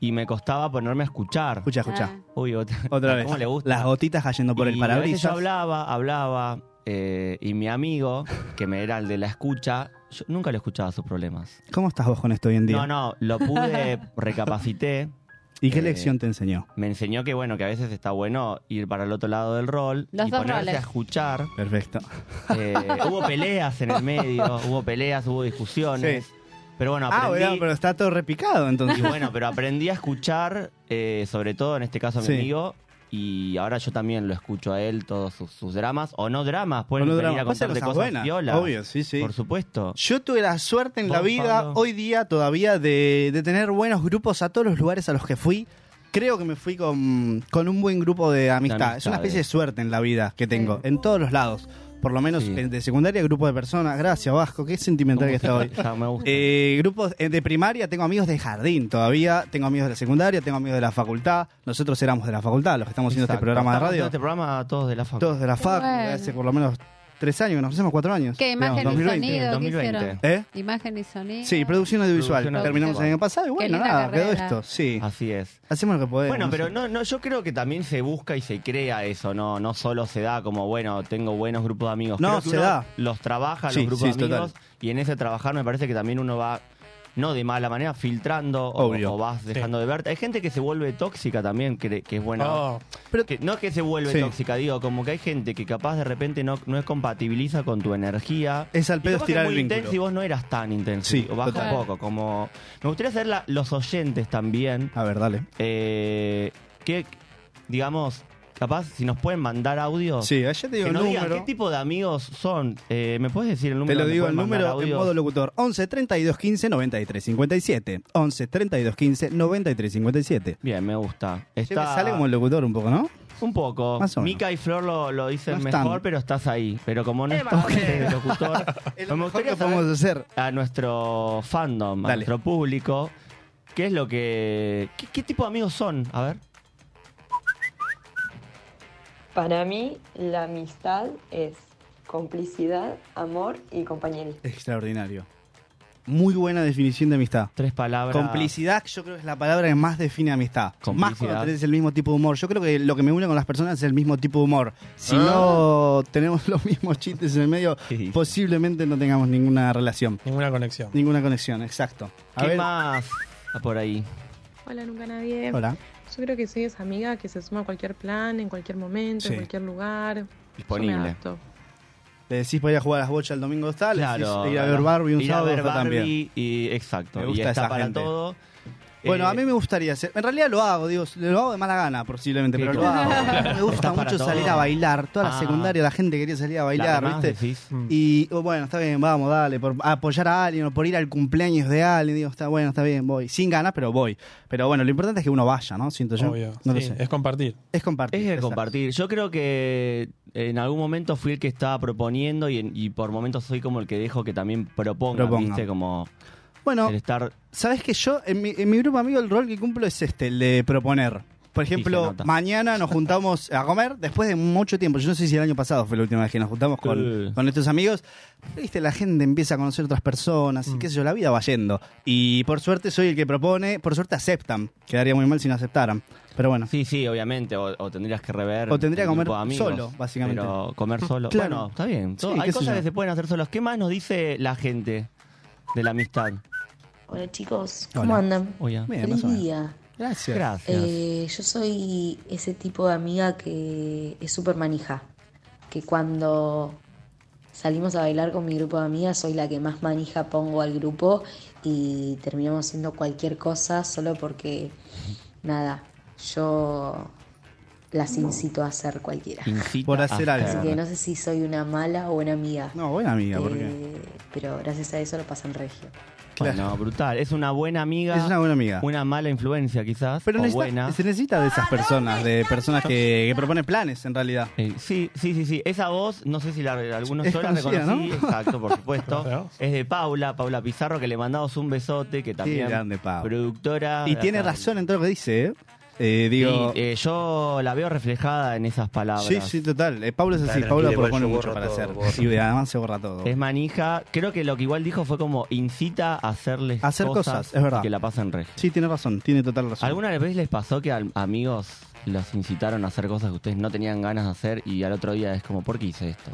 [SPEAKER 2] y me costaba ponerme a escuchar.
[SPEAKER 3] Escucha, escucha.
[SPEAKER 5] Ah.
[SPEAKER 2] Uy, otra,
[SPEAKER 3] Otra vez.
[SPEAKER 2] ¿Cómo le gusta?
[SPEAKER 3] Las gotitas cayendo por el
[SPEAKER 2] Y a veces Yo
[SPEAKER 3] parabrisas.
[SPEAKER 2] hablaba, hablaba, eh, y mi amigo, que me era el de la escucha, yo nunca le escuchaba sus problemas.
[SPEAKER 3] ¿Cómo estás vos con esto hoy en día?
[SPEAKER 2] No, no, lo pude, recapacité,
[SPEAKER 3] ¿Y qué
[SPEAKER 2] Eh,
[SPEAKER 3] lección te enseñó?
[SPEAKER 2] me enseñó que bueno, que a veces está bueno ir para el otro lado del rol
[SPEAKER 5] Los
[SPEAKER 2] y
[SPEAKER 5] dos
[SPEAKER 2] ponerse
[SPEAKER 5] roles.
[SPEAKER 2] a escuchar.
[SPEAKER 3] Perfecto.
[SPEAKER 2] Eh, hubo peleas en el medio, hubo peleas, hubo discusiones.
[SPEAKER 3] Sí.
[SPEAKER 2] Pero bueno,
[SPEAKER 3] Ah,
[SPEAKER 2] aprendí.
[SPEAKER 3] bueno, pero está todo repicado
[SPEAKER 2] Y
[SPEAKER 3] entonces.
[SPEAKER 2] bueno, pero aprendí a escuchar, eh, sobre todo en este caso a mi
[SPEAKER 3] Sí.
[SPEAKER 2] amigo, y ahora yo también lo escucho a él, todos sus, sus dramas, o no dramas, pueden
[SPEAKER 3] Bueno,
[SPEAKER 2] venir
[SPEAKER 3] drama.
[SPEAKER 2] a
[SPEAKER 3] Pasa
[SPEAKER 2] contarte
[SPEAKER 3] cosas
[SPEAKER 2] cosas,
[SPEAKER 3] buenas,
[SPEAKER 2] piolas,
[SPEAKER 3] Obvio, sí, sí.
[SPEAKER 2] por supuesto.
[SPEAKER 3] Yo tuve la suerte en la
[SPEAKER 2] ¿Vos,
[SPEAKER 3] vida,
[SPEAKER 2] Pablo?
[SPEAKER 3] hoy día todavía, de, de tener buenos grupos a todos los lugares a los que fui. Creo que me fui con, con un buen grupo de amistad. Es una
[SPEAKER 2] amistades.
[SPEAKER 3] especie de suerte en la vida que tengo, en todos los lados. Por lo menos
[SPEAKER 2] Sí.
[SPEAKER 3] en- de secundaria, grupo de personas. Gracias, Vasco, qué sentimental que está hoy.
[SPEAKER 2] Ya me gusta.
[SPEAKER 3] Eh, grupos eh, de primaria, tengo amigos de jardín todavía, tengo amigos de la secundaria, tengo amigos de la facultad. Nosotros éramos de la facultad, los que estamos haciendo
[SPEAKER 2] Exacto.
[SPEAKER 3] este programa de
[SPEAKER 2] Estamos
[SPEAKER 3] radio.
[SPEAKER 2] haciendo Este programa todos de la facu.
[SPEAKER 3] Todos de la
[SPEAKER 5] Qué
[SPEAKER 3] facu,
[SPEAKER 5] bueno.
[SPEAKER 3] hace por lo menos tres años que nos hacemos cuatro años.
[SPEAKER 5] ¿Qué
[SPEAKER 3] Digamos,
[SPEAKER 5] imagen y
[SPEAKER 3] 2020.
[SPEAKER 5] sonido que
[SPEAKER 2] 2020.
[SPEAKER 5] hicieron?
[SPEAKER 3] ¿Eh?
[SPEAKER 5] Imagen y sonido.
[SPEAKER 3] Sí, producción audiovisual.
[SPEAKER 2] Producción
[SPEAKER 3] Terminamos
[SPEAKER 2] audiovisual.
[SPEAKER 3] el año pasado y bueno,
[SPEAKER 5] linda
[SPEAKER 3] nada, quedó
[SPEAKER 5] carrera.
[SPEAKER 3] esto. Sí,
[SPEAKER 2] Así es.
[SPEAKER 3] hacemos lo que podemos.
[SPEAKER 2] Bueno, pero
[SPEAKER 3] sé.
[SPEAKER 2] no, no, yo creo que también se busca y se crea eso, no, no solo se da como, bueno, tengo buenos grupos de amigos.
[SPEAKER 3] No,
[SPEAKER 2] Creo que
[SPEAKER 3] se
[SPEAKER 2] uno
[SPEAKER 3] da.
[SPEAKER 2] Los trabaja,
[SPEAKER 3] Sí,
[SPEAKER 2] los grupos
[SPEAKER 3] sí,
[SPEAKER 2] de amigos,
[SPEAKER 3] total.
[SPEAKER 2] y en ese trabajar me parece que también uno va, no de mala manera, filtrando o,
[SPEAKER 3] Obvio.
[SPEAKER 2] o vas dejando de verte. Hay gente que se vuelve tóxica también, que, que es buena.
[SPEAKER 4] Oh,
[SPEAKER 3] Pero-
[SPEAKER 2] Que, no es que se vuelve
[SPEAKER 3] Sí.
[SPEAKER 2] tóxica, digo, como que hay gente que capaz de repente no, no es compatibiliza con tu energía.
[SPEAKER 3] Es al
[SPEAKER 2] Y
[SPEAKER 3] pedo
[SPEAKER 2] capaz que
[SPEAKER 3] estirar
[SPEAKER 2] es muy
[SPEAKER 3] el vínculo.
[SPEAKER 2] intenso y vos no eras tan intenso.
[SPEAKER 3] Sí,
[SPEAKER 2] o baja
[SPEAKER 3] total.
[SPEAKER 2] un poco, como... Me gustaría saber la- los oyentes también,
[SPEAKER 3] A ver, dale.
[SPEAKER 2] eh, que, digamos, capaz si nos pueden mandar audios.
[SPEAKER 3] Sí, ayer te digo
[SPEAKER 2] Que
[SPEAKER 3] el
[SPEAKER 2] nos digan
[SPEAKER 3] número.
[SPEAKER 2] qué tipo de amigos son. Eh, ¿Me puedes decir el
[SPEAKER 3] Te
[SPEAKER 2] número?
[SPEAKER 3] lo
[SPEAKER 2] donde
[SPEAKER 3] digo el
[SPEAKER 2] pueden mandar
[SPEAKER 3] número en
[SPEAKER 2] audios?
[SPEAKER 3] modo locutor. 11 32 15 93 57. 11 32 15 93 57.
[SPEAKER 2] Bien, me gusta.
[SPEAKER 3] Siempre
[SPEAKER 2] Está
[SPEAKER 3] sale como el locutor un poco, ¿no?
[SPEAKER 2] un poco.
[SPEAKER 3] Más o menos.
[SPEAKER 2] Mica y Flor lo, lo dicen
[SPEAKER 3] No
[SPEAKER 2] mejor,
[SPEAKER 3] están.
[SPEAKER 2] pero estás ahí. Pero como no estás de locutor,
[SPEAKER 3] Es
[SPEAKER 2] me
[SPEAKER 3] lo mejor
[SPEAKER 2] gustaría
[SPEAKER 3] que
[SPEAKER 2] saber
[SPEAKER 3] podemos hacer.
[SPEAKER 2] a nuestro fandom, a
[SPEAKER 3] Dale.
[SPEAKER 2] nuestro público, qué es lo que. ¿Qué, qué tipo de amigos son? A ver.
[SPEAKER 6] Para mí, la amistad es complicidad, amor y compañerismo.
[SPEAKER 3] Extraordinario. Muy buena definición de amistad.
[SPEAKER 2] Tres palabras.
[SPEAKER 3] Complicidad, yo creo que es la palabra que más define amistad. Más cuando
[SPEAKER 2] Complicidad.
[SPEAKER 3] tenés el mismo tipo de humor. Yo creo que lo que me une con las personas es el mismo tipo de humor. Si
[SPEAKER 2] Ah.
[SPEAKER 3] no tenemos los mismos chistes en el medio,
[SPEAKER 2] Sí.
[SPEAKER 3] posiblemente no tengamos ninguna relación,
[SPEAKER 4] ninguna conexión.
[SPEAKER 3] ninguna conexión, exacto. A
[SPEAKER 2] ¿Qué
[SPEAKER 3] ver,
[SPEAKER 2] más? Ah, por ahí.
[SPEAKER 7] Hola, nunca nadie.
[SPEAKER 3] hola.
[SPEAKER 7] Yo creo que soy esa amiga que se suma a cualquier plan, en cualquier momento,
[SPEAKER 3] Sí.
[SPEAKER 7] en cualquier lugar. Yo me
[SPEAKER 2] Disponible.
[SPEAKER 7] adapto.
[SPEAKER 3] Le decís para ir a jugar a las bochas el domingo tal, le decís
[SPEAKER 2] Claro.
[SPEAKER 3] ir a ver Barbie un
[SPEAKER 2] Ir a
[SPEAKER 3] sábado
[SPEAKER 2] ver
[SPEAKER 3] está también.
[SPEAKER 2] Barbie eh. y exacto.
[SPEAKER 3] Me
[SPEAKER 2] y
[SPEAKER 3] gusta
[SPEAKER 2] está
[SPEAKER 3] esa
[SPEAKER 2] para
[SPEAKER 3] gente.
[SPEAKER 2] todo.
[SPEAKER 3] Bueno,
[SPEAKER 2] Eh,
[SPEAKER 3] a mí me gustaría hacer. En realidad lo hago, digo, lo hago de mala gana posiblemente,
[SPEAKER 2] Sí,
[SPEAKER 3] pero lo
[SPEAKER 2] claro.
[SPEAKER 3] hago. Me gusta
[SPEAKER 2] Estás para
[SPEAKER 3] mucho
[SPEAKER 2] todo.
[SPEAKER 3] salir a bailar. Toda la
[SPEAKER 2] Ah.
[SPEAKER 3] secundaria la gente quería salir a
[SPEAKER 2] la
[SPEAKER 3] bailar,
[SPEAKER 2] remás,
[SPEAKER 3] ¿viste?
[SPEAKER 2] decís.
[SPEAKER 3] Y oh, bueno, está bien, vamos, dale, por apoyar a alguien o por ir al cumpleaños de alguien, digo, está bueno, está bien, voy. Sin ganas, pero voy. Pero bueno, lo importante es que uno vaya, ¿no? Siento yo.
[SPEAKER 4] Obvio.
[SPEAKER 3] No
[SPEAKER 4] sí,
[SPEAKER 3] lo sé.
[SPEAKER 4] Es compartir.
[SPEAKER 3] Es compartir.
[SPEAKER 2] Es de
[SPEAKER 3] exacto.
[SPEAKER 2] compartir. Yo creo que en algún momento fui el que estaba proponiendo y, en- y por momentos soy como el que dejo que también proponga,
[SPEAKER 3] Proponga.
[SPEAKER 2] ¿viste? Como
[SPEAKER 3] Bueno,
[SPEAKER 2] el estar
[SPEAKER 3] ¿sabes que yo, en mi, en mi grupo amigo, el rol que cumplo es este, el de proponer? Por
[SPEAKER 2] se
[SPEAKER 3] ejemplo,
[SPEAKER 2] nota.
[SPEAKER 3] mañana nos juntamos a comer después de mucho tiempo. Yo no sé si el año pasado fue la última vez que nos juntamos con,
[SPEAKER 2] Sí.
[SPEAKER 3] con estos amigos. Viste, la gente empieza a conocer otras personas
[SPEAKER 2] Mm.
[SPEAKER 3] y qué sé yo, la vida va yendo. Y por suerte soy el que propone, por suerte aceptan. Quedaría muy mal si no aceptaran. Pero bueno.
[SPEAKER 2] Sí, sí, obviamente. O, o tendrías que rever.
[SPEAKER 3] O tendría
[SPEAKER 2] un
[SPEAKER 3] que comer
[SPEAKER 2] grupo de amigos,
[SPEAKER 3] solo, básicamente. Mm,
[SPEAKER 2] Pero comer solo.
[SPEAKER 3] Claro.
[SPEAKER 2] Bueno, está bien.
[SPEAKER 3] Sí,
[SPEAKER 2] Todo-
[SPEAKER 3] qué
[SPEAKER 2] hay
[SPEAKER 3] sé
[SPEAKER 2] cosas
[SPEAKER 3] yo.
[SPEAKER 2] que se pueden hacer solos. ¿Qué más nos dice la gente de la amistad?
[SPEAKER 8] Hola chicos, ¿cómo
[SPEAKER 3] Hola.
[SPEAKER 8] andan?
[SPEAKER 2] Oye,
[SPEAKER 3] Bien,
[SPEAKER 8] Feliz
[SPEAKER 3] más o menos.
[SPEAKER 8] día.
[SPEAKER 3] Gracias.
[SPEAKER 2] gracias.
[SPEAKER 8] Eh, yo soy ese tipo de amiga que es súper manija. Que cuando salimos a bailar con mi grupo de amigas, soy la que más manija pongo al grupo y terminamos haciendo cualquier cosa solo porque, nada, yo las incito a hacer cualquiera.
[SPEAKER 2] Incita
[SPEAKER 3] Por hacer
[SPEAKER 2] a
[SPEAKER 3] algo.
[SPEAKER 8] Así que no sé si soy una mala o buena amiga.
[SPEAKER 3] No, buena amiga, porque.
[SPEAKER 8] Eh, pero gracias a eso lo pasan regio.
[SPEAKER 2] Bueno, brutal. Es una buena
[SPEAKER 8] Eh,
[SPEAKER 2] amiga.
[SPEAKER 3] Es una buena amiga.
[SPEAKER 2] Una mala influencia, quizás.
[SPEAKER 3] Pero
[SPEAKER 2] o
[SPEAKER 3] necesita-
[SPEAKER 2] buena.
[SPEAKER 3] se necesita de
[SPEAKER 8] Ah,
[SPEAKER 3] esas personas, de personas que, que proponen planes, en realidad.
[SPEAKER 2] Eh, Sí, sí, sí, sí. Esa voz, no sé si la, algunos
[SPEAKER 3] Es
[SPEAKER 2] yo la
[SPEAKER 3] conocida,
[SPEAKER 2] reconocí.
[SPEAKER 3] ¿no?
[SPEAKER 2] Exacto, por supuesto.
[SPEAKER 4] Claro.
[SPEAKER 2] es de Paula, Paula Pizarro, que le mandamos un besote, que también
[SPEAKER 3] grande, Pau.
[SPEAKER 2] productora.
[SPEAKER 3] Y tiene
[SPEAKER 2] Gracias.
[SPEAKER 3] razón en todo lo que dice, ¿eh? Eh, digo,
[SPEAKER 2] Sí, eh, yo la veo reflejada en esas palabras.
[SPEAKER 3] sí, sí, total. Eh, Paula es así,
[SPEAKER 9] Tranquila,
[SPEAKER 3] Paula
[SPEAKER 9] igual
[SPEAKER 3] propone
[SPEAKER 9] yo
[SPEAKER 3] mucho
[SPEAKER 9] borro
[SPEAKER 3] para
[SPEAKER 9] todo,
[SPEAKER 3] hacer.
[SPEAKER 9] borro.
[SPEAKER 3] Y además se borra todo.
[SPEAKER 2] Es manija. Creo que lo que igual dijo fue como incita a hacerles
[SPEAKER 3] Hacer cosas, es verdad.
[SPEAKER 2] y Que la pasen re.
[SPEAKER 3] Sí, tiene razón, tiene total razón.
[SPEAKER 2] ¿Alguna vez les pasó que a amigos los incitaron a hacer cosas que ustedes no tenían ganas de hacer y al otro día es como, ¿por qué hice esto?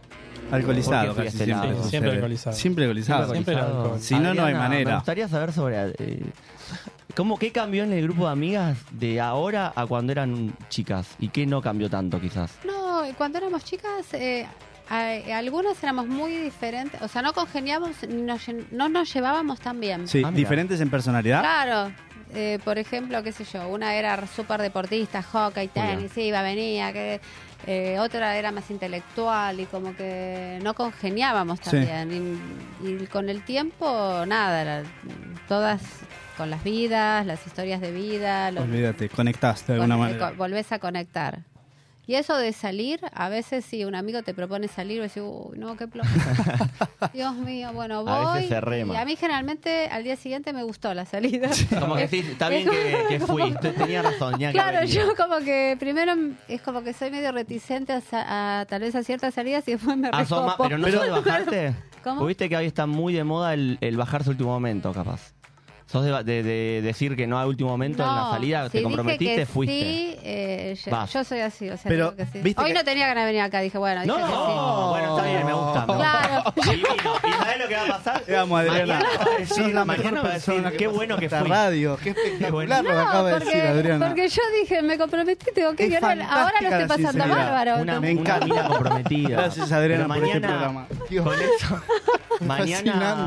[SPEAKER 3] Alcoholizado,
[SPEAKER 2] ¿Por qué fui a
[SPEAKER 3] casi
[SPEAKER 2] este
[SPEAKER 3] siempre.
[SPEAKER 2] lado?
[SPEAKER 3] sucede.
[SPEAKER 4] Siempre alcoholizado.
[SPEAKER 3] Ah, Siempre alcoholizado.
[SPEAKER 4] Siempre
[SPEAKER 2] alcoholizado.
[SPEAKER 4] alcohol.
[SPEAKER 3] Si no, no hay manera.
[SPEAKER 2] Me gustaría saber sobre. eh, ¿Cómo, ¿Qué cambió en el grupo de amigas de ahora a cuando eran chicas? ¿Y qué no cambió tanto, quizás?
[SPEAKER 5] No, cuando éramos chicas, eh, a- algunas éramos muy diferentes. O sea, no congeniamos, ni nos llen- no nos llevábamos tan bien.
[SPEAKER 3] Sí,
[SPEAKER 2] Ah, mira.
[SPEAKER 3] diferentes en personalidad.
[SPEAKER 5] Claro. Eh, por ejemplo, qué sé yo, una era súper deportista, hockey, tenis, iba, venía, que eh, otra era más intelectual y como que no congeniábamos
[SPEAKER 3] Sí.
[SPEAKER 5] también. Y, y con el tiempo, nada, la- todas con las vidas, las historias de vida, los,
[SPEAKER 3] Olvídate, conectaste de alguna
[SPEAKER 5] con-
[SPEAKER 3] manera.
[SPEAKER 5] co- volvés a conectar. Y eso de salir, a veces si un amigo te propone salir, vos decís, uy, no, qué plomo. Dios mío, bueno, voy.
[SPEAKER 2] A veces se rema.
[SPEAKER 5] Y a mí generalmente al día siguiente me gustó la salida.
[SPEAKER 2] Como que sí, está bien que, que fui. Tenía razón, tenía que
[SPEAKER 5] Claro,
[SPEAKER 2] haber ido.
[SPEAKER 5] yo como que primero es como que soy medio reticente a, sa- a tal vez a ciertas salidas y después me
[SPEAKER 2] Asoma,
[SPEAKER 5] recopo.
[SPEAKER 2] pero no Ah, sos de bajarte.
[SPEAKER 5] ¿Cómo?
[SPEAKER 2] ¿Viste que hoy está muy de moda el, el bajarse a último momento, capaz? ¿Sos de, de- de decir que no a último momento en la
[SPEAKER 5] No,
[SPEAKER 2] salida?
[SPEAKER 5] si
[SPEAKER 2] ¿Te
[SPEAKER 5] dije
[SPEAKER 2] comprometiste?
[SPEAKER 5] que
[SPEAKER 2] ¿Fuiste?
[SPEAKER 5] Sí, eh, yo,
[SPEAKER 2] Vas.
[SPEAKER 5] yo soy así, o sea,
[SPEAKER 3] Pero,
[SPEAKER 5] digo que sí.
[SPEAKER 3] ¿viste
[SPEAKER 5] Hoy
[SPEAKER 3] que-
[SPEAKER 5] no tenía ganas de venir acá, dije, bueno,
[SPEAKER 2] No,
[SPEAKER 5] dije que sí.
[SPEAKER 2] bueno, está bien, me gusta. me gusta. Divino. ¿Y sabés lo que va a pasar?
[SPEAKER 3] Eh, Vamos, Adriana.
[SPEAKER 2] Mañana va a decir-
[SPEAKER 3] Sos la mejor
[SPEAKER 2] mañana va a decir,
[SPEAKER 3] persona
[SPEAKER 2] qué
[SPEAKER 3] pasó
[SPEAKER 2] bueno
[SPEAKER 3] por
[SPEAKER 2] que
[SPEAKER 3] esta
[SPEAKER 2] fui.
[SPEAKER 3] radio. Qué espectacular
[SPEAKER 5] No,
[SPEAKER 3] lo que acaba de
[SPEAKER 5] porque,
[SPEAKER 3] decir Adriana.
[SPEAKER 5] porque yo dije, me comprometí, tengo que
[SPEAKER 3] Es
[SPEAKER 5] yo ahora- ahora lo
[SPEAKER 3] fantástica
[SPEAKER 5] estoy
[SPEAKER 3] la
[SPEAKER 5] pasando
[SPEAKER 3] sinceridad.
[SPEAKER 5] bárbaro.
[SPEAKER 2] Una,
[SPEAKER 3] Me
[SPEAKER 2] una
[SPEAKER 3] encanta.
[SPEAKER 2] mina comprometida.
[SPEAKER 3] Gracias, Adriana,
[SPEAKER 2] Pero
[SPEAKER 3] por este
[SPEAKER 2] mañana,
[SPEAKER 3] programa. Dios.
[SPEAKER 2] con eso, mañana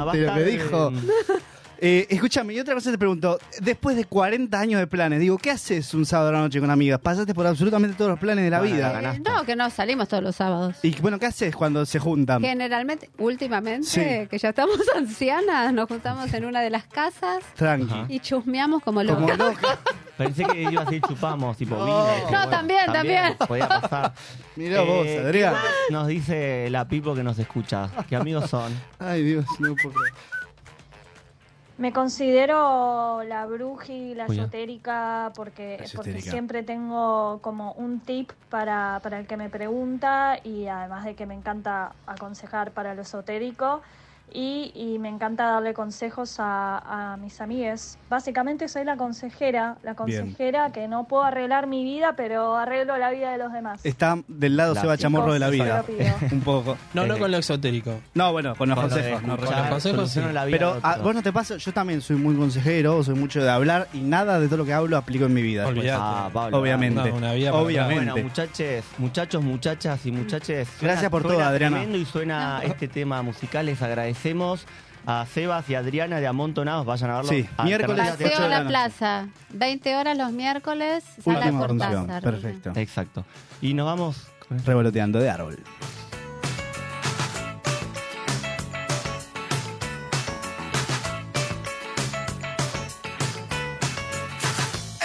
[SPEAKER 2] va a
[SPEAKER 3] Fascinante lo
[SPEAKER 2] estar,
[SPEAKER 3] que dijo.
[SPEAKER 2] eh,
[SPEAKER 3] Eh, escúchame, y otra cosa te pregunto. Después de 40 años de planes, digo, ¿qué haces un sábado a la noche con amigas? Pasaste por absolutamente todos los planes de la
[SPEAKER 2] Bueno,
[SPEAKER 3] vida.
[SPEAKER 2] la
[SPEAKER 5] Eh, no, que no salimos todos los sábados.
[SPEAKER 3] Y bueno, ¿qué haces cuando se juntan?
[SPEAKER 5] Generalmente, últimamente,
[SPEAKER 3] Sí.
[SPEAKER 5] que ya estamos ancianas, nos juntamos en una de las casas
[SPEAKER 3] Tranqui.
[SPEAKER 2] Ajá.
[SPEAKER 5] y chusmeamos como locos.
[SPEAKER 3] Como loca.
[SPEAKER 2] Pensé que iba a decir chupamos, tipo vino. pero
[SPEAKER 5] No, también, también.
[SPEAKER 2] Podía pasar.
[SPEAKER 3] Mirá vos,
[SPEAKER 2] Eh,
[SPEAKER 3] Adrián.
[SPEAKER 2] ¿qué más Nos dice la Pipo que nos escucha. Que amigos son.
[SPEAKER 3] Ay, Dios, no puedo creer.
[SPEAKER 10] Me considero la bruji, la
[SPEAKER 2] Uy, ya.
[SPEAKER 10] esotérica, porque, Eh, porque
[SPEAKER 3] esotérica.
[SPEAKER 10] siempre tengo como un tip para, para el que me pregunta y además de que me encanta aconsejar para lo esotérico y, y me encanta darle consejos a, a mis amigues. Básicamente soy la consejera, la consejera que no puedo arreglar mi vida, pero arreglo la vida de los demás.
[SPEAKER 3] Está del lado
[SPEAKER 2] La
[SPEAKER 3] Seba
[SPEAKER 2] Pipo
[SPEAKER 3] Chamorro de la
[SPEAKER 10] se lo
[SPEAKER 3] vida.
[SPEAKER 10] pido.
[SPEAKER 3] Un poco.
[SPEAKER 4] No, no
[SPEAKER 2] Eh,
[SPEAKER 4] con lo exotérico.
[SPEAKER 3] No, bueno, con los consejos. no,
[SPEAKER 4] escuchar.
[SPEAKER 3] con-
[SPEAKER 4] consejos,
[SPEAKER 2] solucionan
[SPEAKER 4] sí.
[SPEAKER 2] la vida de
[SPEAKER 3] Pero ah,
[SPEAKER 2] otros.
[SPEAKER 3] a vos no te pasa, yo también soy muy consejero, soy mucho de hablar y nada de todo lo que hablo aplico en mi vida. después.
[SPEAKER 4] Olvidate.
[SPEAKER 2] Ah, Pablo.
[SPEAKER 3] Obviamente.
[SPEAKER 4] No, una vida para
[SPEAKER 3] Obviamente.
[SPEAKER 2] Bueno, muchachos, muchachos, muchachas y muchaches.
[SPEAKER 3] Gracias por
[SPEAKER 2] suena
[SPEAKER 3] todo, Adriana.
[SPEAKER 2] Tremendo y suena este tema musical. Les agradecemos a Sebas y Adriana de Amontonados. Vayan a verlo.
[SPEAKER 3] Sí,
[SPEAKER 2] a
[SPEAKER 3] miércoles
[SPEAKER 2] Internet.
[SPEAKER 3] ocho
[SPEAKER 5] Paseo
[SPEAKER 3] de la
[SPEAKER 5] a la
[SPEAKER 3] noche.
[SPEAKER 5] plaza, 20 horas los miércoles, sala
[SPEAKER 3] Última función.
[SPEAKER 5] Cortázar.
[SPEAKER 3] Perfecto.
[SPEAKER 2] Exacto. Y nos vamos con
[SPEAKER 3] Revoloteando de árbol.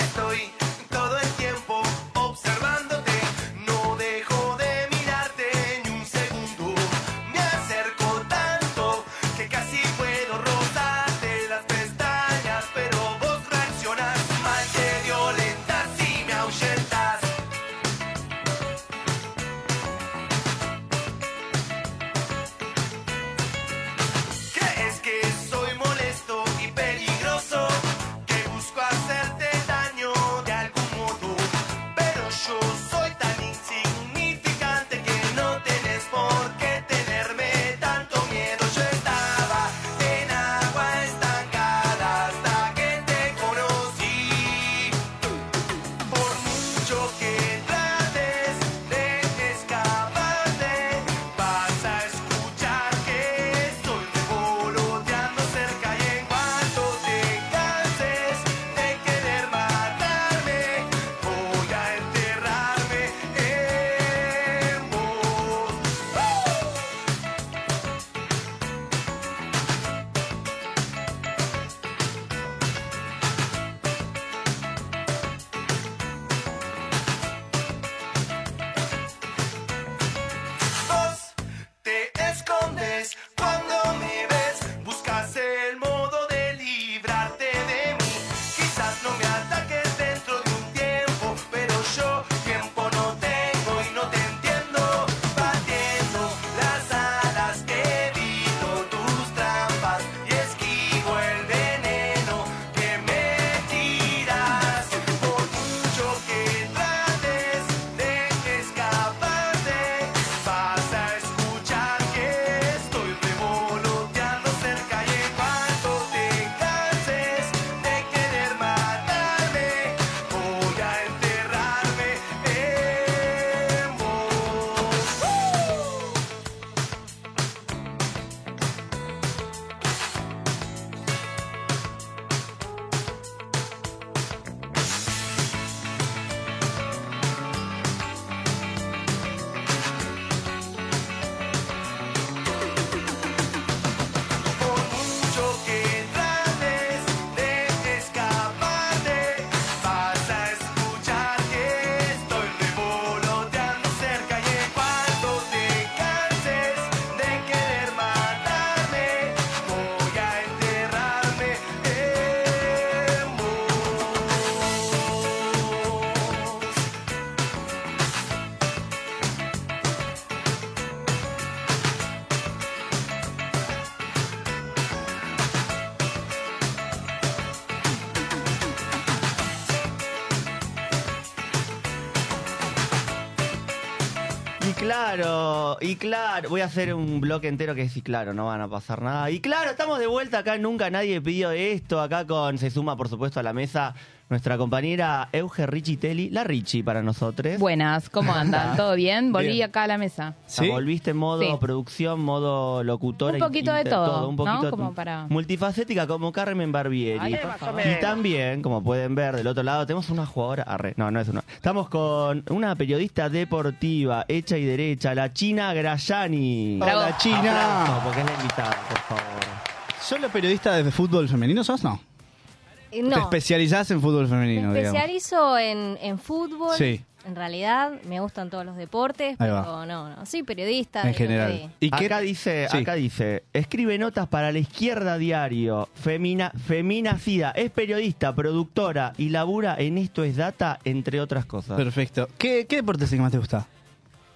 [SPEAKER 1] Estoy todo el tiempo observándote, no dejo de mirarte ni un segundo. Me acerco tanto que casi puedo rozarte las pestañas, pero vos reaccionás mal, te violentas y me ahuyentas.
[SPEAKER 2] Y claro, y claro, voy a hacer un bloque entero que es y claro, no van a pasar nada. Y claro, estamos de vuelta acá, nunca nadie pidió esto, acá con, se suma por supuesto a la mesa nuestra compañera Euge Richie Telly, la Richie para nosotros.
[SPEAKER 9] Buenas, ¿cómo andan? ¿Todo bien? Volví
[SPEAKER 2] Bien.
[SPEAKER 9] acá a la mesa.
[SPEAKER 2] O sea, Volviste en modo
[SPEAKER 9] Sí.
[SPEAKER 2] producción, modo locutora.
[SPEAKER 9] Un poquito de
[SPEAKER 2] inter-
[SPEAKER 9] todo,
[SPEAKER 2] un
[SPEAKER 9] ¿no?
[SPEAKER 2] poquito de-
[SPEAKER 9] Como para-
[SPEAKER 2] Multifacética como Carmen Barbieri.
[SPEAKER 9] Ay, por favor.
[SPEAKER 2] y también, como pueden ver del otro lado, tenemos una jugadora... arre, no, no es una. Estamos con una periodista deportiva, hecha y derecha, la China Grayani.
[SPEAKER 3] Bravo. Hola, China.
[SPEAKER 2] Aplauso, porque es la invitada, por favor.
[SPEAKER 3] ¿Solo periodista de fútbol femenino sos? No.
[SPEAKER 11] Eh,
[SPEAKER 3] Te
[SPEAKER 11] No,
[SPEAKER 3] especializás en fútbol femenino,
[SPEAKER 11] me
[SPEAKER 3] digamos.
[SPEAKER 11] especializo en, en fútbol.
[SPEAKER 3] Sí.
[SPEAKER 11] En realidad, me gustan todos los deportes,
[SPEAKER 2] Ahí va.
[SPEAKER 11] pero no, no. Soy periodista. de lo que-
[SPEAKER 2] ¿Y acá dice, acá dice, escribe notas para la izquierda diario, femina, feminacida, es periodista, productora y labura en Esto es Data, entre otras cosas.
[SPEAKER 3] Perfecto. ¿Qué, qué deporte es el que más te gusta?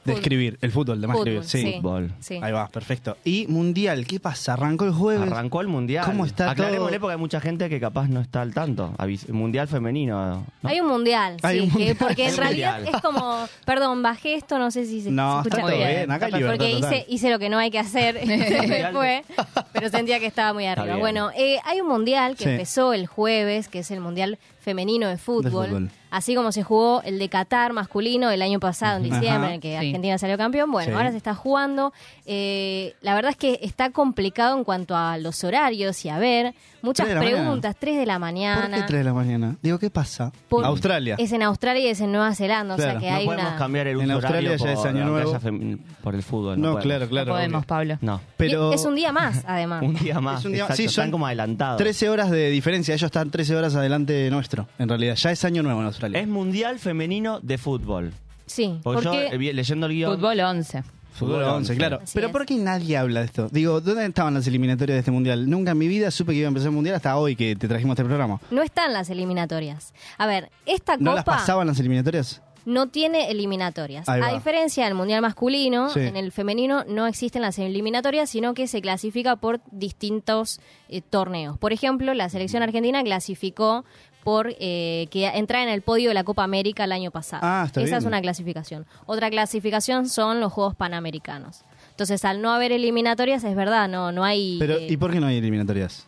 [SPEAKER 3] De
[SPEAKER 2] Fútbol.
[SPEAKER 3] escribir, el fútbol, de más
[SPEAKER 2] Fútbol,
[SPEAKER 3] escribir. Sí.
[SPEAKER 2] sí. Fútbol. Sí.
[SPEAKER 3] Ahí va, perfecto. Y Mundial, ¿qué pasa? Arrancó el jueves.
[SPEAKER 2] Arrancó el Mundial.
[SPEAKER 3] ¿Cómo está todo?
[SPEAKER 2] Aclarémosle porque hay mucha gente que capaz no está al tanto. Avis- Mundial femenino. ¿no?
[SPEAKER 11] Hay un mundial,
[SPEAKER 2] Hay
[SPEAKER 11] sí,
[SPEAKER 2] un
[SPEAKER 11] que-
[SPEAKER 2] mundial.
[SPEAKER 11] porque en
[SPEAKER 2] Un
[SPEAKER 11] realidad
[SPEAKER 2] mundial.
[SPEAKER 11] es como, perdón, bajé esto, no sé si se,
[SPEAKER 2] No,
[SPEAKER 11] se
[SPEAKER 2] está
[SPEAKER 11] escucha
[SPEAKER 2] todo bien, acá hay libertad
[SPEAKER 11] porque
[SPEAKER 2] total.
[SPEAKER 11] hice, hice lo que no hay que hacer, se me fue, pero sentía que estaba muy
[SPEAKER 12] Está
[SPEAKER 11] arriba.
[SPEAKER 12] bien.
[SPEAKER 11] Bueno, eh, hay un mundial que
[SPEAKER 12] Sí.
[SPEAKER 11] empezó el jueves, que es el mundial femenino de fútbol,
[SPEAKER 12] fútbol.
[SPEAKER 11] así como se jugó el de Qatar masculino el año pasado, en
[SPEAKER 12] Ujú.
[SPEAKER 11] diciembre,
[SPEAKER 12] Ajá.
[SPEAKER 11] en el que
[SPEAKER 12] Sí.
[SPEAKER 11] Argentina salió campeón. Bueno,
[SPEAKER 12] Sí.
[SPEAKER 11] ahora se está jugando. Eh, la verdad es que está complicado en cuanto a los horarios y a ver, muchas
[SPEAKER 3] Tres de la mañana.
[SPEAKER 11] preguntas, 3 de la mañana.
[SPEAKER 3] ¿Por qué 3 de la mañana? Digo, ¿qué pasa?
[SPEAKER 11] Por-
[SPEAKER 3] Australia.
[SPEAKER 11] Es en Australia y es en Nueva Zelanda, o sea
[SPEAKER 3] Claro.
[SPEAKER 11] que
[SPEAKER 3] No
[SPEAKER 11] hay
[SPEAKER 3] podemos
[SPEAKER 11] una...
[SPEAKER 2] Cambiar el
[SPEAKER 3] En
[SPEAKER 2] uso
[SPEAKER 3] Australia
[SPEAKER 2] horario
[SPEAKER 3] ya es
[SPEAKER 2] por,
[SPEAKER 3] año
[SPEAKER 2] la
[SPEAKER 3] nuevo.
[SPEAKER 2] playa femi- por el fútbol.
[SPEAKER 3] No,
[SPEAKER 2] podemos.
[SPEAKER 3] claro, claro, No podemos, obvio.
[SPEAKER 9] Pablo.
[SPEAKER 2] No.
[SPEAKER 3] Pero
[SPEAKER 11] Es un día más, además.
[SPEAKER 2] Un día más.
[SPEAKER 3] Es un día-
[SPEAKER 2] Ah, exacto,
[SPEAKER 3] sí,
[SPEAKER 2] están
[SPEAKER 3] son
[SPEAKER 2] como adelantados.
[SPEAKER 3] 13 horas de diferencia. Ellos están 13 horas adelante nuestro, en realidad. Ya es año nuevo en Australia.
[SPEAKER 2] Es Mundial femenino de fútbol.
[SPEAKER 11] Sí,
[SPEAKER 2] Porque, yo,
[SPEAKER 3] porque-
[SPEAKER 2] eh, vi- leyendo el guión...
[SPEAKER 9] Fútbol 11.
[SPEAKER 3] Fútbol 11, claro.
[SPEAKER 9] Así
[SPEAKER 3] Pero
[SPEAKER 9] es.
[SPEAKER 3] ¿por qué nadie habla de esto? Digo, ¿dónde estaban las eliminatorias de este mundial? Nunca en mi vida supe que iba a empezar el mundial hasta hoy que te trajimos este programa.
[SPEAKER 11] No están las eliminatorias. A ver, esta
[SPEAKER 3] ¿No las
[SPEAKER 11] copa
[SPEAKER 3] pasaban las eliminatorias?
[SPEAKER 11] no tiene eliminatorias.
[SPEAKER 3] Ahí
[SPEAKER 11] A
[SPEAKER 3] va.
[SPEAKER 11] diferencia del Mundial masculino,
[SPEAKER 3] Sí.
[SPEAKER 11] en el femenino no existen las eliminatorias, sino que se clasifica por distintos eh, torneos. Por ejemplo, la selección argentina clasificó por eh, que entra en el podio de la Copa América el año pasado.
[SPEAKER 12] Ah, está
[SPEAKER 11] Esa es
[SPEAKER 12] bien.
[SPEAKER 11] una clasificación. Otra clasificación son los Juegos Panamericanos. Entonces, al no haber eliminatorias, es verdad, no, no hay...
[SPEAKER 3] Pero,
[SPEAKER 11] eh,
[SPEAKER 3] ¿y por qué no hay eliminatorias?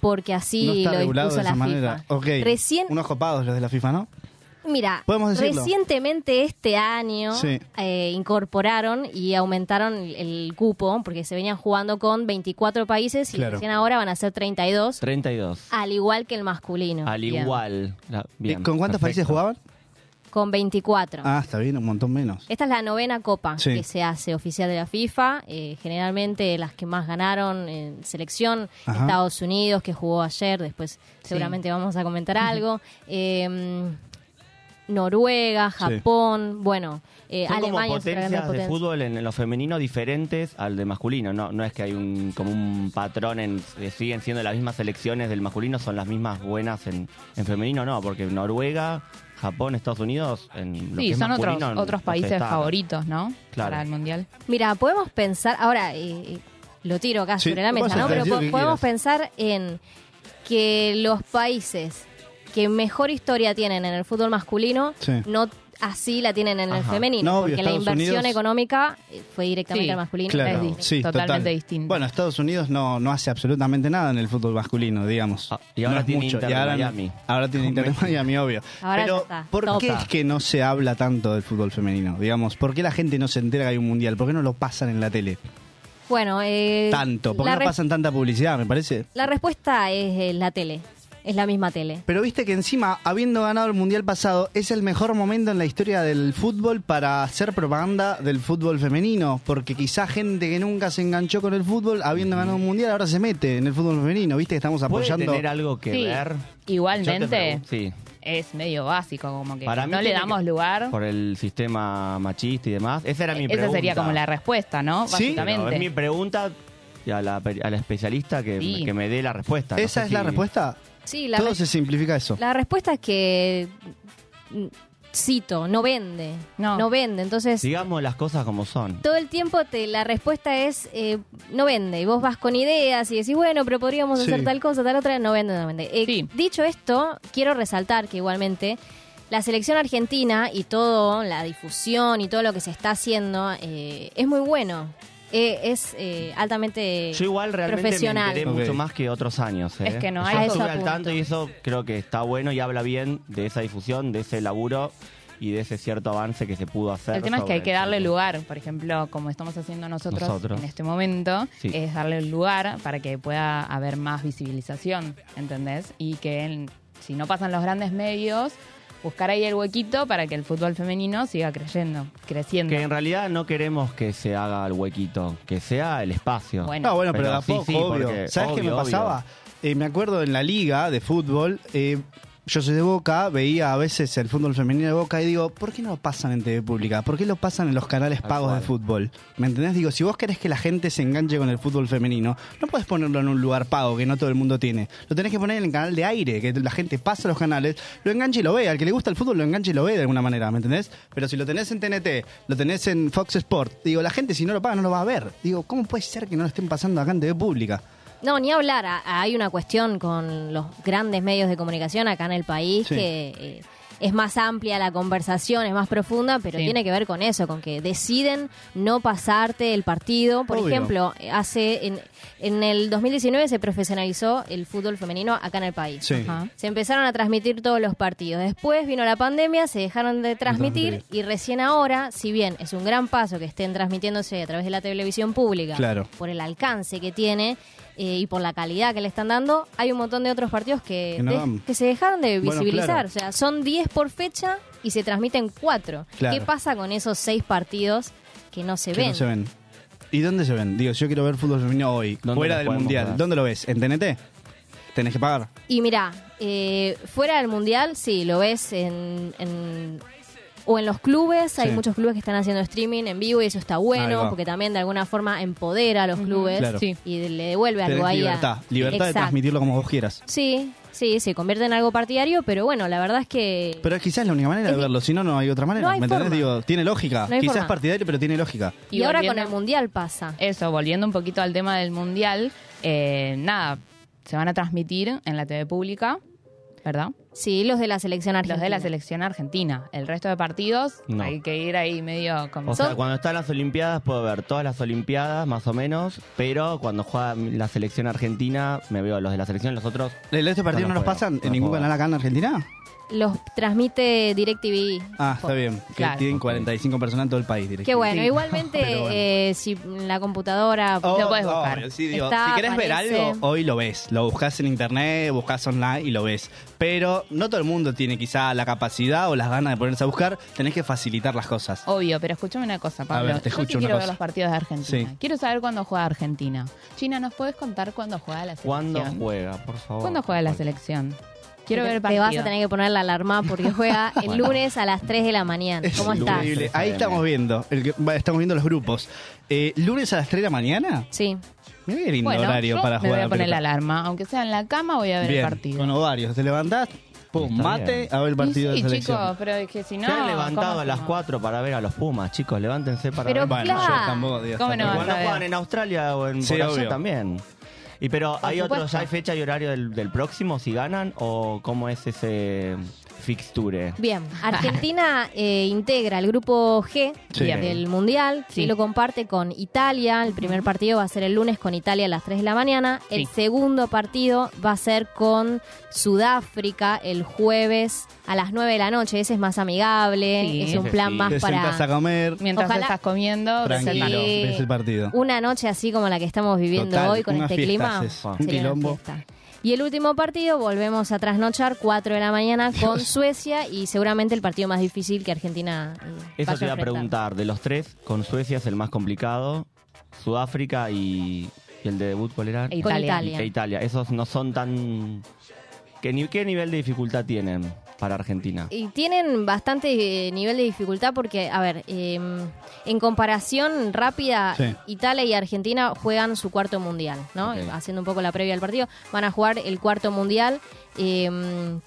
[SPEAKER 11] porque así
[SPEAKER 3] no está
[SPEAKER 11] lo
[SPEAKER 3] regulado de
[SPEAKER 11] dispuso
[SPEAKER 3] esa
[SPEAKER 11] la
[SPEAKER 3] manera.
[SPEAKER 11] FIFA.
[SPEAKER 3] Ok.
[SPEAKER 11] Recién
[SPEAKER 3] Unos copados los de la FIFA, ¿no?
[SPEAKER 11] Mira,
[SPEAKER 3] Podemos decirlo.
[SPEAKER 11] recientemente este año
[SPEAKER 3] Sí.
[SPEAKER 11] eh, incorporaron y aumentaron el, el cupo porque se venían jugando con 24 países y
[SPEAKER 2] Claro.
[SPEAKER 11] recién ahora van a ser 32,
[SPEAKER 2] 32.
[SPEAKER 11] al igual que el masculino.
[SPEAKER 2] Al
[SPEAKER 11] Bien.
[SPEAKER 2] igual. La- bien,
[SPEAKER 3] Eh, ¿Con cuántos países
[SPEAKER 2] perfecto.
[SPEAKER 3] jugaban?
[SPEAKER 11] Con 24.
[SPEAKER 3] Ah, está bien, un montón menos.
[SPEAKER 11] Esta es la novena copa
[SPEAKER 3] Sí.
[SPEAKER 11] que se hace oficial de la FIFA. Eh, generalmente las que más ganaron en selección,
[SPEAKER 12] Ajá.
[SPEAKER 11] Estados Unidos que jugó ayer, después seguramente vamos a comentar algo. Eh, Noruega, Japón, bueno, eh,
[SPEAKER 2] Son como
[SPEAKER 11] Alemania es otra
[SPEAKER 2] potencias
[SPEAKER 11] gran
[SPEAKER 2] de
[SPEAKER 11] potencia.
[SPEAKER 2] fútbol en, en lo femenino diferentes al de masculino. No, no es que hay un como un patrón en eh, siguen siendo las mismas selecciones del masculino, son las mismas buenas en, en femenino, no, porque Noruega, Japón, Estados Unidos, en lo que
[SPEAKER 9] Sí,
[SPEAKER 2] es
[SPEAKER 9] son otros,
[SPEAKER 2] masculino,
[SPEAKER 9] otros
[SPEAKER 2] no
[SPEAKER 9] países
[SPEAKER 2] está.
[SPEAKER 9] favoritos, ¿no?
[SPEAKER 2] Claro.
[SPEAKER 9] Para el Mundial.
[SPEAKER 11] Mira, podemos pensar, ahora eh, eh, lo tiro acá
[SPEAKER 9] Sí,
[SPEAKER 11] sobre la
[SPEAKER 9] vos
[SPEAKER 11] mesa, ¿no?
[SPEAKER 9] hacés
[SPEAKER 11] Pero
[SPEAKER 9] lo
[SPEAKER 11] po-
[SPEAKER 9] que
[SPEAKER 11] podemos pensar en que los países que mejor historia tienen en el fútbol masculino,
[SPEAKER 12] Sí.
[SPEAKER 11] no así la tienen en el
[SPEAKER 12] Ajá.
[SPEAKER 11] femenino,
[SPEAKER 12] No, obvio,
[SPEAKER 11] porque la
[SPEAKER 12] Estados
[SPEAKER 11] inversión
[SPEAKER 12] Unidos-
[SPEAKER 11] económica eh, fue directamente
[SPEAKER 12] Sí,
[SPEAKER 11] al masculino.
[SPEAKER 3] Claro, sí, total. Bueno, Estados Unidos no, no hace absolutamente nada en el fútbol masculino, digamos.
[SPEAKER 2] Ah, y ahora
[SPEAKER 3] No es
[SPEAKER 2] tiene
[SPEAKER 3] mucho.
[SPEAKER 2] Inter
[SPEAKER 3] Y ahora,
[SPEAKER 2] de Miami.
[SPEAKER 3] ahora tiene Inter de Miami, obvio.
[SPEAKER 11] Ahora
[SPEAKER 3] Pero,
[SPEAKER 11] ya está.
[SPEAKER 3] ¿por
[SPEAKER 11] Todo
[SPEAKER 3] qué
[SPEAKER 11] está.
[SPEAKER 3] es que no se habla tanto del fútbol femenino? Digamos, ¿por qué la gente no se entera que hay un mundial? ¿Por qué no lo pasan en la tele?
[SPEAKER 11] Bueno, eh,
[SPEAKER 3] Tanto. ¿Por qué
[SPEAKER 11] la
[SPEAKER 3] no
[SPEAKER 11] re-
[SPEAKER 3] pasan tanta publicidad, me parece?
[SPEAKER 11] La respuesta es eh, la tele, es la misma tele.
[SPEAKER 3] Pero viste que encima, habiendo ganado el mundial pasado, es el mejor momento en la historia del fútbol para hacer propaganda del fútbol femenino. Porque quizá gente que nunca se enganchó con el fútbol, habiendo ganado un mundial, ahora se mete en el fútbol femenino. Viste que estamos
[SPEAKER 2] ¿Puede
[SPEAKER 3] apoyando.
[SPEAKER 2] tener algo que
[SPEAKER 9] Sí.
[SPEAKER 2] ver? Yo te
[SPEAKER 9] Igualmente
[SPEAKER 2] pregunto- sí.
[SPEAKER 9] es medio básico, como que
[SPEAKER 2] Para mí
[SPEAKER 9] no le
[SPEAKER 2] tiene
[SPEAKER 9] damos lugar.
[SPEAKER 2] Por el sistema machista y demás. Esa era mi
[SPEAKER 9] Esa
[SPEAKER 2] pregunta.
[SPEAKER 9] sería como la respuesta, ¿no?
[SPEAKER 2] Sí,
[SPEAKER 9] Básicamente.
[SPEAKER 2] no, es mi pregunta y a la, peri- a la especialista que,
[SPEAKER 11] Sí.
[SPEAKER 2] que me dé la respuesta. No
[SPEAKER 3] ¿Esa
[SPEAKER 2] sé
[SPEAKER 3] es la
[SPEAKER 2] si-
[SPEAKER 3] respuesta?
[SPEAKER 11] Sí, la,
[SPEAKER 3] Todo
[SPEAKER 11] res-
[SPEAKER 3] se simplifica eso.
[SPEAKER 11] la respuesta es que, mm, cito, no vende, no, vende, entonces...
[SPEAKER 2] Digamos las cosas como son.
[SPEAKER 11] Todo el tiempo te, la respuesta es eh, no vende. Y vos vas con ideas y decís, bueno, pero podríamos
[SPEAKER 12] Sí.
[SPEAKER 11] hacer tal cosa, tal otra, no vende, no vende. Eh, Dicho esto, quiero resaltar que igualmente la selección argentina y todo, la difusión y todo lo que se está haciendo, eh, es muy bueno. Eh, es eh, altamente
[SPEAKER 2] Yo igual realmente
[SPEAKER 11] profesional.
[SPEAKER 2] me enteré mucho más que otros años. ¿eh?
[SPEAKER 11] Es que no
[SPEAKER 2] Yo
[SPEAKER 11] hay- A eso
[SPEAKER 2] estuve al
[SPEAKER 11] apunto.
[SPEAKER 2] tanto y eso creo que está bueno y habla bien de esa difusión, de ese laburo y de ese cierto avance que se pudo hacer.
[SPEAKER 9] El tema es que hay
[SPEAKER 2] sobre-
[SPEAKER 9] que darle lugar, por ejemplo, como estamos haciendo nosotros,
[SPEAKER 2] Nosotros.
[SPEAKER 9] en este momento,
[SPEAKER 2] Sí.
[SPEAKER 9] es darle lugar para que pueda haber más visibilización, ¿entendés? Y que en- si no pasan los grandes medios, buscar ahí el huequito para que el fútbol femenino siga creyendo, creciendo.
[SPEAKER 2] Que en realidad no queremos que se haga el huequito, que sea el espacio.
[SPEAKER 9] Bueno. No,
[SPEAKER 3] bueno, pero, de a
[SPEAKER 2] sí,
[SPEAKER 3] poco,
[SPEAKER 2] sí,
[SPEAKER 3] obvio.
[SPEAKER 2] porque-
[SPEAKER 3] ¿Sabes qué me
[SPEAKER 2] obvio, obvio.
[SPEAKER 3] pasaba? Eh, me acuerdo en la liga de fútbol, eh, yo soy de Boca, veía a veces el fútbol femenino de Boca y digo, ¿por qué no lo pasan en TV pública? ¿Por qué lo pasan en los canales pagos de fútbol? ¿Me entendés? Digo, si vos querés que la gente se enganche con el fútbol femenino, no puedes ponerlo en un lugar pago que no todo el mundo tiene. Lo tenés que poner en el canal de aire, que la gente pasa los canales, lo enganche y lo ve. Al que le gusta el fútbol lo enganche y lo ve de alguna manera, ¿me entendés? Pero si lo tenés en TNT, lo tenés en Fox Sport, digo, la gente si no lo paga no lo va a ver. Digo, ¿cómo puede ser que no lo estén pasando acá en TV pública?
[SPEAKER 11] No, ni hablar. a- Hay una cuestión con los grandes medios de comunicación acá en el país
[SPEAKER 3] Sí.
[SPEAKER 11] que eh, es más amplia la conversación, es más profunda, pero
[SPEAKER 9] Sí.
[SPEAKER 11] tiene que ver con eso, con que deciden no pasarte el partido. Por
[SPEAKER 9] Obvio.
[SPEAKER 11] ejemplo, eh, hace en, en el 2019 se profesionalizó el fútbol femenino acá en el país.
[SPEAKER 9] Sí. Ajá.
[SPEAKER 11] Se empezaron a transmitir todos los partidos. Después vino la pandemia, se dejaron de transmitir y recién ahora, si bien es un gran paso que estén transmitiéndose a través de la televisión pública,
[SPEAKER 9] Claro.
[SPEAKER 11] por el alcance que tiene eh, y por la calidad que le están dando, hay un montón de otros partidos que,
[SPEAKER 9] Que no
[SPEAKER 11] de-
[SPEAKER 9] van.
[SPEAKER 11] que se dejaron de
[SPEAKER 9] Bueno,
[SPEAKER 11] visibilizar.
[SPEAKER 9] claro.
[SPEAKER 11] O sea, son 10 por fecha y se transmiten 4.
[SPEAKER 3] Claro.
[SPEAKER 11] ¿Qué pasa con esos 6 partidos que no se
[SPEAKER 3] Que
[SPEAKER 11] ven?
[SPEAKER 3] no se ven. ¿Y dónde se ven? Digo, si yo quiero ver fútbol femenino hoy,
[SPEAKER 2] ¿Dónde
[SPEAKER 3] fuera
[SPEAKER 2] lo
[SPEAKER 3] del
[SPEAKER 2] podemos
[SPEAKER 3] mundial.
[SPEAKER 2] ver?
[SPEAKER 3] ¿Dónde lo ves? ¿En TNT? Tenés que pagar.
[SPEAKER 11] Y mira, eh, fuera del mundial, sí, lo ves en. en- o en los clubes, hay
[SPEAKER 9] Sí.
[SPEAKER 11] muchos clubes que están haciendo streaming en vivo y eso está
[SPEAKER 3] Ahí
[SPEAKER 11] bueno,
[SPEAKER 3] va.
[SPEAKER 11] porque también de alguna forma empodera a los clubes
[SPEAKER 3] Claro. Sí.
[SPEAKER 11] y le devuelve
[SPEAKER 3] Tenés
[SPEAKER 11] algo ahí. a-
[SPEAKER 3] libertad. Libertad de
[SPEAKER 11] Exacto.
[SPEAKER 3] transmitirlo como vos quieras.
[SPEAKER 11] Sí, sí, se convierte en algo partidario, pero bueno, la verdad es que
[SPEAKER 3] Pero es quizás la única manera de verlo, si no, no hay otra manera.
[SPEAKER 11] hay
[SPEAKER 3] ¿Me entendés?
[SPEAKER 11] forma.
[SPEAKER 3] Digo, tiene lógica.
[SPEAKER 11] No hay
[SPEAKER 3] quizás
[SPEAKER 11] forma.
[SPEAKER 3] partidario, pero tiene lógica.
[SPEAKER 11] Y, ahora con el mundial pasa.
[SPEAKER 9] Eso, volviendo un poquito al tema del mundial, eh, nada, se van a transmitir en la TV pública, ¿verdad?
[SPEAKER 11] Sí, los de la selección argentina.
[SPEAKER 9] Los de la selección argentina. El resto de partidos
[SPEAKER 2] No.
[SPEAKER 9] hay que ir ahí medio como...
[SPEAKER 2] O sea, cuando están las Olimpiadas puedo ver todas las Olimpiadas, más o menos, pero cuando juega la selección argentina, me veo los de la selección, los otros.
[SPEAKER 3] ¿El resto de partidos no,
[SPEAKER 2] los
[SPEAKER 3] los
[SPEAKER 2] puedo,
[SPEAKER 3] pasan
[SPEAKER 2] no
[SPEAKER 3] en ningún
[SPEAKER 2] puedo.
[SPEAKER 3] canal acá en Argentina?
[SPEAKER 11] Los transmite DirecTV.
[SPEAKER 3] Ah, está bien.
[SPEAKER 11] Claro.
[SPEAKER 3] Que tienen 45 personas en todo el país.
[SPEAKER 11] Qué
[SPEAKER 3] directamente.
[SPEAKER 11] bueno,
[SPEAKER 3] Sí.
[SPEAKER 11] igualmente
[SPEAKER 3] Pero bueno.
[SPEAKER 11] eh, si la computadora
[SPEAKER 3] Oh,
[SPEAKER 11] lo puedes buscar.
[SPEAKER 3] obvio, sí, digo,
[SPEAKER 11] Está,
[SPEAKER 3] si querés ver
[SPEAKER 11] aparece.
[SPEAKER 3] algo, oh. hoy lo ves. Lo buscas en internet, buscas online y lo ves. Pero no todo el mundo tiene quizá la capacidad o las ganas de ponerse a buscar. Tenés que facilitar las cosas.
[SPEAKER 9] Obvio, pero escúchame una cosa, Pablo.
[SPEAKER 3] ver, te
[SPEAKER 9] Yo sí
[SPEAKER 3] escucho una
[SPEAKER 9] quiero ver
[SPEAKER 3] cosa.
[SPEAKER 9] los partidos de Argentina.
[SPEAKER 3] Sí.
[SPEAKER 9] Quiero saber cuándo juega Argentina. China, ¿nos puedes contar cuándo juega la selección?
[SPEAKER 2] ¿Cuándo juega, por favor?
[SPEAKER 9] ¿Cuándo juega la selección? Quiero
[SPEAKER 11] Te-
[SPEAKER 9] ver
[SPEAKER 11] Te
[SPEAKER 9] el partido.
[SPEAKER 11] vas a tener que poner la alarma porque juega el
[SPEAKER 3] Bueno.
[SPEAKER 11] lunes a las 3 de la mañana. ¿Cómo estás?
[SPEAKER 3] Increíble. Ahí estamos viendo. el que- va, estamos viendo los grupos. Eh, ¿Lunes a las 3 de la mañana?
[SPEAKER 11] Sí.
[SPEAKER 3] Mira qué lindo
[SPEAKER 9] Bueno,
[SPEAKER 3] horario
[SPEAKER 9] yo
[SPEAKER 3] para
[SPEAKER 9] me
[SPEAKER 3] jugar
[SPEAKER 9] voy
[SPEAKER 3] a
[SPEAKER 9] a poner la
[SPEAKER 3] pelota.
[SPEAKER 9] alarma. Aunque sea en la cama, voy a ver el
[SPEAKER 3] Bien,
[SPEAKER 9] partido.
[SPEAKER 3] Con ovarios. Te levantás, pum,
[SPEAKER 2] Está
[SPEAKER 3] mate,
[SPEAKER 2] bien.
[SPEAKER 3] a ver el partido
[SPEAKER 9] sí,
[SPEAKER 3] de selección.
[SPEAKER 9] chicos, pero es que si no...
[SPEAKER 2] Se han levantado
[SPEAKER 9] ¿cómo
[SPEAKER 2] a las 4 para ver a los Pumas, chicos, levántense para
[SPEAKER 9] Pero
[SPEAKER 2] ver.
[SPEAKER 9] Bueno, yo claro. tampoco, digo, ¿Cómo no
[SPEAKER 2] Igual
[SPEAKER 9] vas a
[SPEAKER 2] no
[SPEAKER 9] ver?
[SPEAKER 2] juegan en Australia o en
[SPEAKER 3] Sí,
[SPEAKER 2] por allá
[SPEAKER 3] obvio.
[SPEAKER 2] también. Y pero hay otro,
[SPEAKER 11] supuesto.
[SPEAKER 2] ya hay fecha y horario del, del próximo si ganan o cómo es ese fixture.
[SPEAKER 11] Bien, Argentina eh, integra el grupo G
[SPEAKER 2] Sí.
[SPEAKER 11] del Mundial
[SPEAKER 9] Sí.
[SPEAKER 11] y lo comparte con Italia. El primer partido va a ser el lunes con Italia a las 3 de la mañana. El
[SPEAKER 9] Sí.
[SPEAKER 11] segundo partido va a ser con Sudáfrica el jueves a las 9 de la noche. Ese es más amigable,
[SPEAKER 9] Sí.
[SPEAKER 11] es un
[SPEAKER 9] Ese
[SPEAKER 11] plan
[SPEAKER 9] sí.
[SPEAKER 11] más
[SPEAKER 3] Te sentás a
[SPEAKER 11] para
[SPEAKER 3] comer,
[SPEAKER 9] Mientras
[SPEAKER 11] Ojalá-
[SPEAKER 9] estás comiendo,
[SPEAKER 3] tranquilo,
[SPEAKER 11] sí.
[SPEAKER 3] ves el partido.
[SPEAKER 11] una noche así como la que estamos viviendo
[SPEAKER 3] Total,
[SPEAKER 11] hoy con
[SPEAKER 3] una
[SPEAKER 11] este
[SPEAKER 3] fiesta
[SPEAKER 11] clima.
[SPEAKER 3] haces, un
[SPEAKER 11] Sería una
[SPEAKER 3] quilombo.
[SPEAKER 11] fiesta. Y el último partido volvemos a trasnochar 4 de la mañana con Suecia y seguramente el partido más difícil que Argentina. eh, vaya
[SPEAKER 2] Eso te iba a
[SPEAKER 11] enfrentar.
[SPEAKER 2] preguntar, de los tres, con Suecia es el más complicado, Sudáfrica y, y el de debut, ¿cuál era?
[SPEAKER 9] E Italia.
[SPEAKER 11] Con Italia.
[SPEAKER 2] E Italia. Esos no son tan... ¿Qué, ni- qué nivel de dificultad tienen para Argentina?
[SPEAKER 11] Y tienen bastante eh, nivel de dificultad porque, a ver, eh, en comparación rápida,
[SPEAKER 9] Sí.
[SPEAKER 11] Italia y Argentina juegan su cuarto mundial, ¿no?
[SPEAKER 9] Ok.
[SPEAKER 11] Haciendo un poco la previa al partido, van a jugar el cuarto mundial. Eh,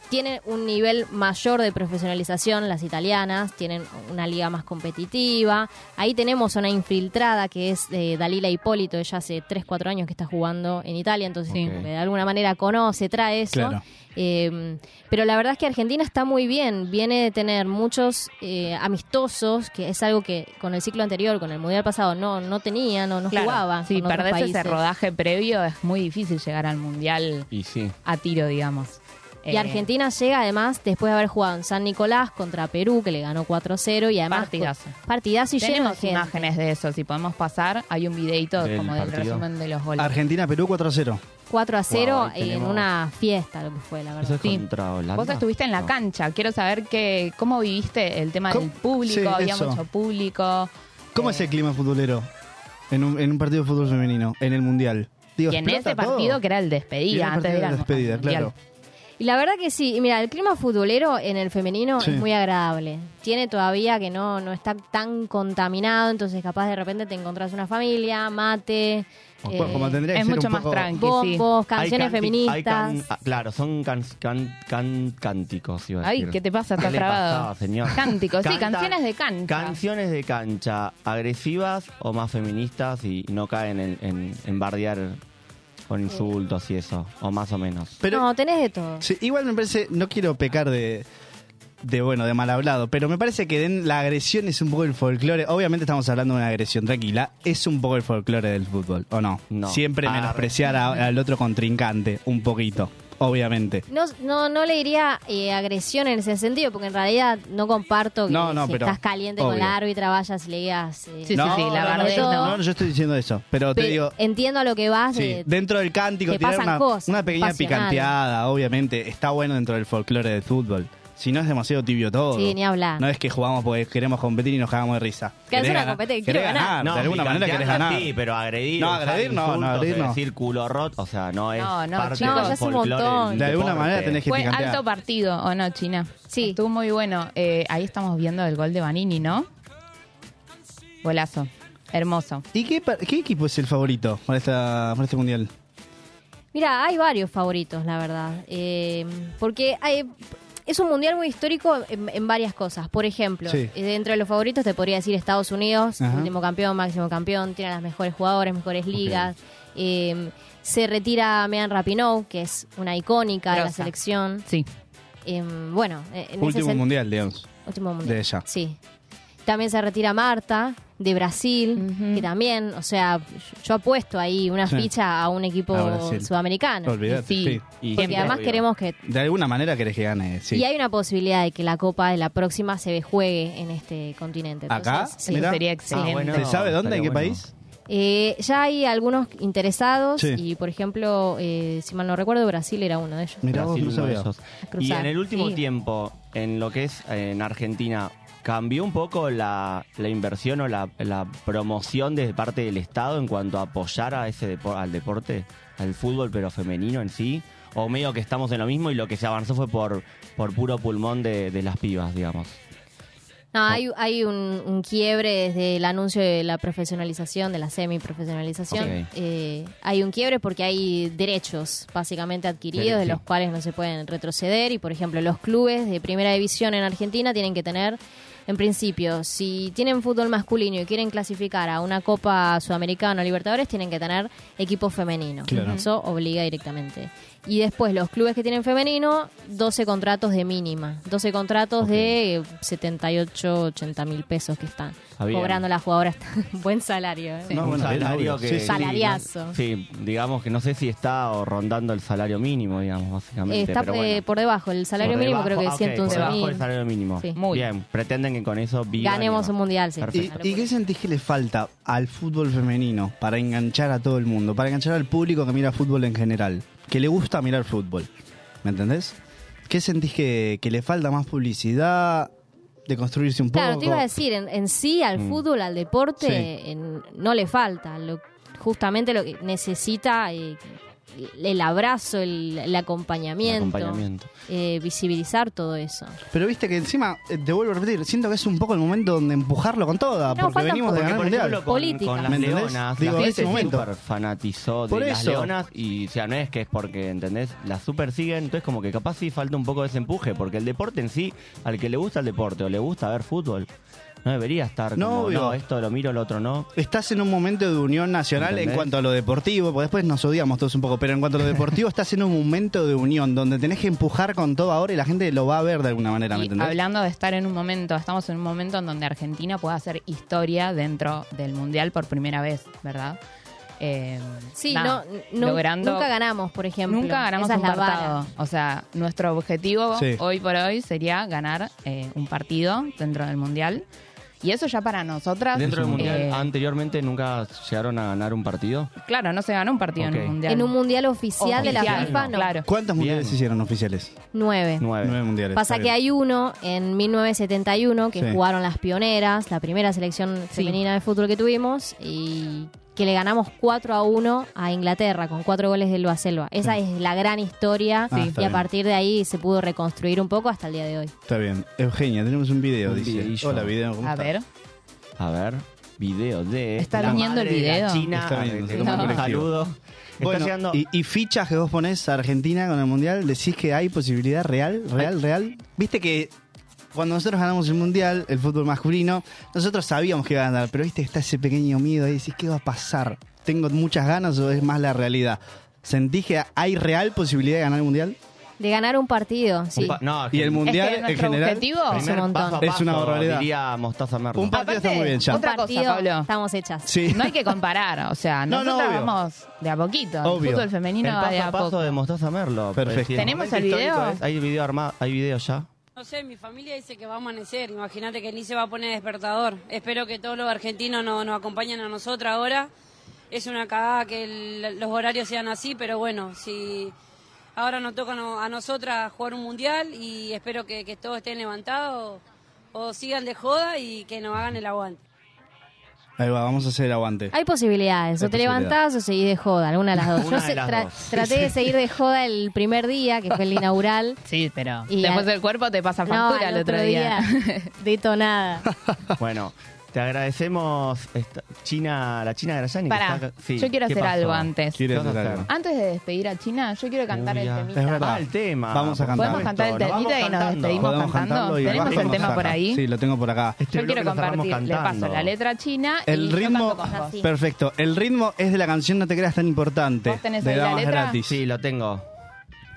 [SPEAKER 11] tienen un nivel mayor de profesionalización las italianas, tienen una liga más competitiva. Ahí tenemos una infiltrada que es eh, Dalila Hipólito, ella hace 3-4 años que está jugando en Italia, entonces
[SPEAKER 12] Ok.
[SPEAKER 11] como que de alguna manera conoce, trae eso.
[SPEAKER 12] Claro.
[SPEAKER 11] Eh, pero la verdad es que Argentina está muy bien, viene de tener muchos eh, amistosos, que es algo que con el ciclo anterior, con el Mundial pasado, no, no tenía, no, no
[SPEAKER 9] Claro.
[SPEAKER 11] jugaba.
[SPEAKER 9] Si
[SPEAKER 11] con otros
[SPEAKER 9] perdés ese
[SPEAKER 11] países.
[SPEAKER 9] rodaje previo, es muy difícil llegar al mundial
[SPEAKER 12] Y sí.
[SPEAKER 9] a tiro, digamos.
[SPEAKER 11] Y
[SPEAKER 9] Eh,
[SPEAKER 11] Argentina llega además después de haber jugado en San Nicolás contra Perú, que le ganó 4-0 y además pues,
[SPEAKER 9] Partidazo.
[SPEAKER 11] partidazo y lleno de
[SPEAKER 9] Tenemos
[SPEAKER 11] gente.
[SPEAKER 9] imágenes de eso, si podemos pasar, hay un videito
[SPEAKER 3] Del
[SPEAKER 9] como del
[SPEAKER 3] partido.
[SPEAKER 9] resumen de los goles.
[SPEAKER 3] Argentina-Perú 4-0.
[SPEAKER 11] 4 a 0
[SPEAKER 3] Wow, ahí
[SPEAKER 11] en
[SPEAKER 3] tenemos-
[SPEAKER 11] una fiesta lo que fue, la verdad.
[SPEAKER 9] Sí.
[SPEAKER 2] Holanda.
[SPEAKER 9] Vos estuviste en la
[SPEAKER 2] No.
[SPEAKER 9] cancha, quiero saber que, cómo viviste el tema del público,
[SPEAKER 3] Sí,
[SPEAKER 9] había
[SPEAKER 3] eso.
[SPEAKER 9] mucho público.
[SPEAKER 11] Eh.
[SPEAKER 3] ¿Cómo es el clima futbolero en un, en un partido de fútbol femenino, en el Mundial? Digo,
[SPEAKER 9] Y en
[SPEAKER 3] explota
[SPEAKER 9] ese partido
[SPEAKER 3] todo.
[SPEAKER 9] que era el
[SPEAKER 3] Y en
[SPEAKER 9] despedida,
[SPEAKER 3] el
[SPEAKER 9] antes
[SPEAKER 3] partido
[SPEAKER 9] de ir
[SPEAKER 3] de
[SPEAKER 9] al-
[SPEAKER 3] la despedida,
[SPEAKER 9] al Mundial.
[SPEAKER 3] claro.
[SPEAKER 11] Y la verdad que sí, y mira, el clima futbolero en el femenino
[SPEAKER 3] Sí.
[SPEAKER 11] es muy agradable. Tiene todavía que no, no está tan contaminado, entonces capaz de repente te encontrás una familia, mate, eh,
[SPEAKER 3] Pues,
[SPEAKER 2] Como tendría que ser un poco-
[SPEAKER 11] bombos,
[SPEAKER 2] Hay
[SPEAKER 11] canciones
[SPEAKER 2] canti- hay
[SPEAKER 11] feministas. eh.
[SPEAKER 2] can- ah, claro, son can- can- can- cánticos, iba a
[SPEAKER 9] Ay,
[SPEAKER 2] decir.
[SPEAKER 9] ¿qué te pasa? Estás
[SPEAKER 2] le
[SPEAKER 9] trabado.
[SPEAKER 2] pasaba, señor?
[SPEAKER 9] Cánticos, sí,
[SPEAKER 2] Cantan-
[SPEAKER 9] canciones de cancha.
[SPEAKER 2] Canciones de cancha, agresivas o más feministas y no caen en, en- en bardear con insultos y eso, o más o menos.
[SPEAKER 11] no, tenés de todo.
[SPEAKER 3] Sí, igual me parece, no quiero pecar de, de bueno, de mal hablado, pero me parece que den- la agresión es un poco el folclore. Obviamente estamos hablando de una agresión tranquila, es un poco el folclore del fútbol, ¿o no?
[SPEAKER 2] No.
[SPEAKER 3] Siempre
[SPEAKER 2] Arre.
[SPEAKER 3] menospreciar a- al otro contrincante, un poquito, obviamente.
[SPEAKER 11] No, no, no le diría eh, agresión en ese sentido, porque en realidad no comparto que
[SPEAKER 3] No, no,
[SPEAKER 11] si
[SPEAKER 3] pero-
[SPEAKER 11] estás caliente con
[SPEAKER 3] obvio.
[SPEAKER 11] la árbitra vayas y le digas... eh,
[SPEAKER 3] no,
[SPEAKER 11] sobre
[SPEAKER 3] no, no,
[SPEAKER 11] todo.
[SPEAKER 3] no, no, yo estoy diciendo eso, pero te
[SPEAKER 11] Pe-
[SPEAKER 3] digo,
[SPEAKER 11] Entiendo a lo que vas
[SPEAKER 3] sí,
[SPEAKER 11] de-
[SPEAKER 3] dentro del cántico
[SPEAKER 11] que
[SPEAKER 3] tirar
[SPEAKER 11] pasan
[SPEAKER 3] una,
[SPEAKER 11] cosas,
[SPEAKER 3] una pequeña
[SPEAKER 11] pasional.
[SPEAKER 3] picanteada, obviamente, está bueno dentro del folclore del fútbol. Si no es demasiado tibio todo.
[SPEAKER 11] Sí, ni hablar.
[SPEAKER 3] No es que jugamos porque queremos competir y nos cagamos de risa.
[SPEAKER 11] Que es
[SPEAKER 3] Querés
[SPEAKER 11] una
[SPEAKER 3] ganar-
[SPEAKER 11] competencia,
[SPEAKER 3] querés
[SPEAKER 11] quiero ganar.
[SPEAKER 3] ganar. de alguna manera querés
[SPEAKER 2] picantearla
[SPEAKER 3] ganar.
[SPEAKER 2] Sí, pero agredir.
[SPEAKER 3] No,
[SPEAKER 2] usar
[SPEAKER 3] agredir no, no,
[SPEAKER 2] insultos,
[SPEAKER 3] agredir no.
[SPEAKER 2] Decir culo roto, o sea, no es.
[SPEAKER 9] No, no,
[SPEAKER 2] parte
[SPEAKER 9] chicos,
[SPEAKER 2] del
[SPEAKER 9] ya es un
[SPEAKER 2] folclore
[SPEAKER 9] montón.
[SPEAKER 2] del
[SPEAKER 3] De alguna
[SPEAKER 2] deporte.
[SPEAKER 3] manera tenés que
[SPEAKER 9] Fue alto partido, ¿o no, China? Sí. Estuvo muy bueno. Eh, ahí estamos viendo el gol de Vanini, ¿no? Golazo. Hermoso.
[SPEAKER 3] ¿Y qué, pa- qué equipo es el favorito para, esta, para este mundial?
[SPEAKER 11] Mira, hay varios favoritos, la verdad. Eh, porque hay- es un mundial muy histórico en, en varias cosas. Por ejemplo,
[SPEAKER 9] Sí.
[SPEAKER 11] eh, dentro de los favoritos te podría decir Estados Unidos,
[SPEAKER 9] Ajá.
[SPEAKER 11] último campeón, máximo campeón, tiene a las mejores jugadoras, mejores ligas. Eh, se retira Mean Rapinoe, que es una icónica de la
[SPEAKER 9] Grosa.
[SPEAKER 11] selección.
[SPEAKER 9] Sí.
[SPEAKER 11] bueno, eh, en ese
[SPEAKER 3] Último
[SPEAKER 11] sen-
[SPEAKER 3] mundial, digamos.
[SPEAKER 11] Último mundial.
[SPEAKER 3] De ella.
[SPEAKER 11] Sí. También se retira Marta de Brasil, que también, o sea, yo apuesto ahí una
[SPEAKER 3] Sí.
[SPEAKER 11] ficha a un equipo
[SPEAKER 3] A Brasil.
[SPEAKER 11] sudamericano.
[SPEAKER 3] Olvídate, sí. Y-
[SPEAKER 11] Porque además
[SPEAKER 3] Obvio.
[SPEAKER 11] queremos que...
[SPEAKER 3] De alguna manera querés que gane, sí.
[SPEAKER 11] Y hay una posibilidad de que la Copa de la próxima se juegue en este continente. Entonces,
[SPEAKER 3] ¿Acá?
[SPEAKER 11] sí.
[SPEAKER 3] Mirá.
[SPEAKER 11] Ah, bueno.
[SPEAKER 3] ¿Se sabe dónde?
[SPEAKER 2] estaría
[SPEAKER 3] ¿En qué
[SPEAKER 2] bueno.
[SPEAKER 3] país?
[SPEAKER 11] Eh, ya hay algunos interesados
[SPEAKER 2] Sí.
[SPEAKER 11] y, por ejemplo, eh, si mal no recuerdo, Brasil era uno de ellos.
[SPEAKER 2] Brasil, uno de esos. Y
[SPEAKER 11] Cruzar.
[SPEAKER 2] en el último
[SPEAKER 11] Sí.
[SPEAKER 2] tiempo, en lo que es eh, en Argentina, ¿cambió un poco la, la inversión o la, la promoción de parte del Estado en cuanto a apoyar a ese depo- al deporte, al fútbol, pero femenino en sí? ¿O medio que estamos en lo mismo y lo que se avanzó fue por, por puro pulmón de, de las pibas, digamos?
[SPEAKER 11] No,
[SPEAKER 3] Ah.
[SPEAKER 11] hay, hay un, un quiebre desde el anuncio de la profesionalización, de la semi-profesionalización.
[SPEAKER 2] Ok.
[SPEAKER 11] Eh, hay un quiebre porque hay derechos básicamente adquiridos
[SPEAKER 9] Derechos.
[SPEAKER 11] de los cuales no se pueden retroceder y, por ejemplo, los clubes de primera división en Argentina tienen que tener, en principio, si tienen fútbol masculino y quieren clasificar a una Copa Sudamericana o Libertadores, tienen que tener equipo femenino.
[SPEAKER 9] Claro.
[SPEAKER 11] Eso obliga directamente. Y después los clubes que tienen femenino, 12 contratos de mínima, 12 contratos de eh, 78, 80 mil pesos que están
[SPEAKER 2] Está bien.
[SPEAKER 11] cobrando las jugadoras. Buen salario. ¿eh?
[SPEAKER 2] No, un salario que...
[SPEAKER 11] Salariazo.
[SPEAKER 2] Sí, digamos que no sé si está o rondando el salario mínimo, digamos,
[SPEAKER 11] Eh,
[SPEAKER 2] básicamente.
[SPEAKER 11] Está
[SPEAKER 2] pero bueno.
[SPEAKER 11] eh, por debajo, el salario
[SPEAKER 2] Por
[SPEAKER 11] mínimo
[SPEAKER 2] debajo-
[SPEAKER 11] creo que
[SPEAKER 2] ah, ok,
[SPEAKER 11] 111
[SPEAKER 2] por debajo
[SPEAKER 11] mil.
[SPEAKER 2] del salario mínimo.
[SPEAKER 11] Sí.
[SPEAKER 2] Bien, pretenden que con eso vivan y
[SPEAKER 11] Ganemos
[SPEAKER 2] demás.
[SPEAKER 11] un mundial, sí.
[SPEAKER 3] ¿Y,
[SPEAKER 11] Una
[SPEAKER 3] y qué sentís que le falta al fútbol femenino para enganchar a todo el mundo, para enganchar al público que mira fútbol en general, que le gusta mirar fútbol? ¿Me entendés? ¿Qué sentís que, que le falta más publicidad, de construirse un poco?
[SPEAKER 11] Claro, te iba a decir, en, en sí al
[SPEAKER 3] Mm.
[SPEAKER 11] fútbol, al deporte,
[SPEAKER 3] Sí.
[SPEAKER 11] en- no le falta. Lo- justamente lo que necesita eh, el abrazo, el, el acompañamiento,
[SPEAKER 3] acompañamiento.
[SPEAKER 11] eh, visibilizar todo eso.
[SPEAKER 3] Pero viste que encima, eh, te vuelvo a repetir, siento que es un poco el momento donde empujarlo con toda,
[SPEAKER 11] No,
[SPEAKER 3] porque
[SPEAKER 11] falta
[SPEAKER 3] venimos de
[SPEAKER 11] poco.
[SPEAKER 3] ganar el
[SPEAKER 11] Porque, por
[SPEAKER 3] mundial.
[SPEAKER 11] ejemplo, con- Política.
[SPEAKER 2] Con
[SPEAKER 3] ¿Me
[SPEAKER 2] las
[SPEAKER 3] entendés?
[SPEAKER 2] leonas,
[SPEAKER 3] Digo,
[SPEAKER 2] la
[SPEAKER 3] en
[SPEAKER 2] gente
[SPEAKER 3] ese
[SPEAKER 2] se
[SPEAKER 3] momento.
[SPEAKER 2] super fanatizó de
[SPEAKER 3] Por
[SPEAKER 2] las
[SPEAKER 3] eso.
[SPEAKER 2] leonas y, o sea, no es que es porque, ¿entendés? Las super siguen, entonces como que capaz sí falta un poco de ese empuje, porque el deporte en sí, al que le gusta el deporte o le gusta ver fútbol, no debería estar
[SPEAKER 3] No,
[SPEAKER 2] como,
[SPEAKER 3] obvio.
[SPEAKER 2] no, esto lo miro, lo otro no.
[SPEAKER 3] Estás en un momento de unión nacional en
[SPEAKER 2] ¿Entendés?
[SPEAKER 3] cuanto a lo deportivo, porque después nos odiamos todos un poco, pero en cuanto a lo deportivo estás en un momento de unión donde tenés que empujar con todo ahora y la gente lo va a ver de alguna
[SPEAKER 11] eh,
[SPEAKER 3] manera, Ah, ¿me
[SPEAKER 9] Y
[SPEAKER 3] entendés?
[SPEAKER 9] hablando de estar en un momento, estamos en un momento en donde Argentina puede hacer historia dentro del Mundial por primera vez, ¿verdad? Eh,
[SPEAKER 11] Sí,
[SPEAKER 9] nada,
[SPEAKER 11] no, no-
[SPEAKER 9] logrando-
[SPEAKER 11] nunca ganamos, por ejemplo.
[SPEAKER 9] Nunca ganamos
[SPEAKER 11] Esa
[SPEAKER 9] un
[SPEAKER 11] es la vara.
[SPEAKER 9] partido. O sea, nuestro objetivo
[SPEAKER 11] Sí.
[SPEAKER 9] hoy por hoy sería ganar eh, un partido dentro del Mundial. Y eso ya para nosotras...
[SPEAKER 2] Dentro del Mundial,
[SPEAKER 9] eh,
[SPEAKER 2] anteriormente nunca llegaron a ganar un partido.
[SPEAKER 9] claro, no se ganó un partido en
[SPEAKER 2] Ok.
[SPEAKER 9] un Mundial.
[SPEAKER 11] En un mundial oficial, de la
[SPEAKER 9] Oficial,
[SPEAKER 11] FIFA, no.
[SPEAKER 9] claro.
[SPEAKER 3] ¿Cuántos mundiales hicieron oficiales?
[SPEAKER 11] Nueve.
[SPEAKER 3] Nueve. mundiales.
[SPEAKER 11] Pasa
[SPEAKER 3] está
[SPEAKER 11] que
[SPEAKER 3] bien.
[SPEAKER 11] hay uno en 1971 que
[SPEAKER 3] Sí.
[SPEAKER 11] jugaron las pioneras, la primera selección femenina de fútbol que tuvimos, y que le ganamos 4 a 1 a Inglaterra con cuatro goles de Lua Selva. Esa es la gran historia
[SPEAKER 3] Sí. Ah, está
[SPEAKER 11] y a
[SPEAKER 3] bien.
[SPEAKER 11] partir de ahí se pudo reconstruir un poco hasta el día de hoy.
[SPEAKER 3] Está bien. Eugenia, tenemos un video,
[SPEAKER 2] Un
[SPEAKER 3] dice.
[SPEAKER 2] videillo.
[SPEAKER 3] Hola, video. ¿cómo
[SPEAKER 9] A
[SPEAKER 3] estás?
[SPEAKER 9] ver,
[SPEAKER 2] A ver, video de...
[SPEAKER 9] Está
[SPEAKER 2] la
[SPEAKER 9] viniendo el
[SPEAKER 2] madre de la
[SPEAKER 9] video.
[SPEAKER 2] China,
[SPEAKER 3] Está bien,
[SPEAKER 2] de-
[SPEAKER 3] no sé cómo
[SPEAKER 2] un
[SPEAKER 3] colectivo.
[SPEAKER 2] saludo.
[SPEAKER 3] Bueno,
[SPEAKER 2] Está llegando...
[SPEAKER 3] y, y fichas que vos ponés a Argentina con el Mundial, decís que hay posibilidad real, real, real. Viste que cuando nosotros ganamos el Mundial, el fútbol masculino, nosotros sabíamos que iba a ganar, pero viste que está ese pequeño miedo ahí, decís, ¿qué va a pasar? ¿Tengo muchas ganas o es más la realidad? ¿Sentís que hay real posibilidad de ganar el Mundial?
[SPEAKER 11] De ganar un partido, sí.
[SPEAKER 2] Un pa- no,
[SPEAKER 3] Y el Mundial
[SPEAKER 11] Es que
[SPEAKER 3] en
[SPEAKER 11] nuestro
[SPEAKER 3] general
[SPEAKER 11] objetivo es un
[SPEAKER 3] primer
[SPEAKER 11] montón.
[SPEAKER 3] paso a paso,
[SPEAKER 2] Es una barbaridad.
[SPEAKER 3] diría
[SPEAKER 2] Mostaza Merlo.
[SPEAKER 3] Un partido está muy bien ya.
[SPEAKER 9] otra cosa,
[SPEAKER 11] Partido,
[SPEAKER 9] Pablo.
[SPEAKER 11] Estamos hechas.
[SPEAKER 3] Sí.
[SPEAKER 9] no hay que comparar. O sea,
[SPEAKER 3] No, no,
[SPEAKER 9] nosotros
[SPEAKER 3] obvio.
[SPEAKER 9] vamos de a poquito.
[SPEAKER 2] Obvio.
[SPEAKER 9] El fútbol femenino
[SPEAKER 2] el
[SPEAKER 9] va de
[SPEAKER 2] paso
[SPEAKER 9] a
[SPEAKER 2] a paso
[SPEAKER 9] poco.
[SPEAKER 2] de Mostaza Merlo.
[SPEAKER 3] Perfecto.
[SPEAKER 2] Decía,
[SPEAKER 9] ¿Tenemos
[SPEAKER 2] momento
[SPEAKER 9] el
[SPEAKER 2] histórico
[SPEAKER 9] video?
[SPEAKER 2] es- hay video armado, hay video ya.
[SPEAKER 12] No sé, mi familia dice que va a amanecer. Imagínate que ni se va a poner despertador. Espero que todos los argentinos no- nos acompañen a nosotros ahora. Es una cagada que el- los horarios sean así, pero bueno, si ahora nos toca no- a nosotras jugar un mundial y espero que, que todos estén levantados o sigan de joda y que nos hagan el aguante.
[SPEAKER 3] Ahí va, vamos a hacer aguante.
[SPEAKER 11] Hay posibilidades,
[SPEAKER 3] Hay
[SPEAKER 11] o te
[SPEAKER 3] posibilidades.
[SPEAKER 11] levantás o seguís de joda, alguna de las dos.
[SPEAKER 3] Una
[SPEAKER 11] Yo
[SPEAKER 3] de
[SPEAKER 11] se-
[SPEAKER 3] las
[SPEAKER 11] tra-
[SPEAKER 3] dos.
[SPEAKER 11] traté de seguir de joda el primer día, que fue el inaugural.
[SPEAKER 9] Sí, pero
[SPEAKER 11] Y
[SPEAKER 9] después
[SPEAKER 11] al-
[SPEAKER 9] el cuerpo te pasa
[SPEAKER 11] No,
[SPEAKER 9] factura
[SPEAKER 11] al
[SPEAKER 9] el otro día.
[SPEAKER 11] Detonada.
[SPEAKER 2] Bueno, te agradecemos esta- China, la China Grayani. que
[SPEAKER 9] Pará,
[SPEAKER 2] está acá- sí,
[SPEAKER 9] yo quiero
[SPEAKER 2] ¿qué
[SPEAKER 9] hacer
[SPEAKER 2] pasó?
[SPEAKER 9] algo antes.
[SPEAKER 2] ¿Qué vas a hacer?
[SPEAKER 9] Antes de despedir a China, yo quiero cantar el
[SPEAKER 2] Uy, ya.
[SPEAKER 9] temita.
[SPEAKER 2] Ah, el tema.
[SPEAKER 3] Vamos a cantar.
[SPEAKER 9] ¿Podemos cantar el
[SPEAKER 2] Nos vamos
[SPEAKER 9] temita y nos
[SPEAKER 2] cantando.
[SPEAKER 9] despedimos
[SPEAKER 3] Podemos
[SPEAKER 9] cantando?
[SPEAKER 3] cantarlo y
[SPEAKER 9] ¿Tenemos
[SPEAKER 3] abajo
[SPEAKER 9] el
[SPEAKER 3] lo
[SPEAKER 9] tema
[SPEAKER 3] saca.
[SPEAKER 9] por ahí?
[SPEAKER 3] Sí, lo tengo por acá.
[SPEAKER 2] Este
[SPEAKER 9] yo quiero compartir. Le paso la letra china y
[SPEAKER 3] El
[SPEAKER 9] yo
[SPEAKER 3] ritmo,
[SPEAKER 9] canto con vos.
[SPEAKER 3] perfecto. El ritmo es de la canción No te creas tan importante.
[SPEAKER 9] ¿Vos tenés
[SPEAKER 3] de
[SPEAKER 9] ahí la
[SPEAKER 3] Damas
[SPEAKER 9] letra?
[SPEAKER 3] Gratis.
[SPEAKER 2] Sí, lo tengo.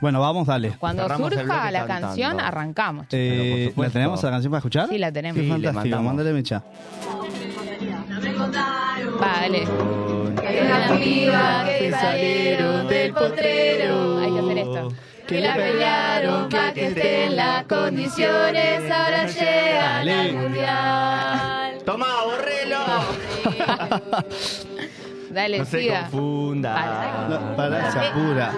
[SPEAKER 3] Bueno, vamos, dale.
[SPEAKER 9] Cuando
[SPEAKER 2] Cerramos el
[SPEAKER 9] surja
[SPEAKER 2] bloque
[SPEAKER 9] la
[SPEAKER 2] cantando.
[SPEAKER 9] canción, arrancamos.
[SPEAKER 3] Eh, ¿La
[SPEAKER 2] supuesto.
[SPEAKER 3] tenemos la canción para escuchar?
[SPEAKER 9] Sí, la tenemos.
[SPEAKER 3] Qué
[SPEAKER 9] Sí, le
[SPEAKER 3] fantástico,
[SPEAKER 9] mandamos.
[SPEAKER 3] mándale mecha. Eh.
[SPEAKER 9] Vale.
[SPEAKER 1] Que las pibas que salieron
[SPEAKER 9] del
[SPEAKER 1] potrero.
[SPEAKER 9] Hay que hacer esto.
[SPEAKER 1] Que la pelearon pa' que estén las condiciones, ahora llegan al mundial.
[SPEAKER 2] Toma, borrelo.
[SPEAKER 9] Dale,
[SPEAKER 2] No se
[SPEAKER 9] siga.
[SPEAKER 2] confunda.
[SPEAKER 3] para, se apura.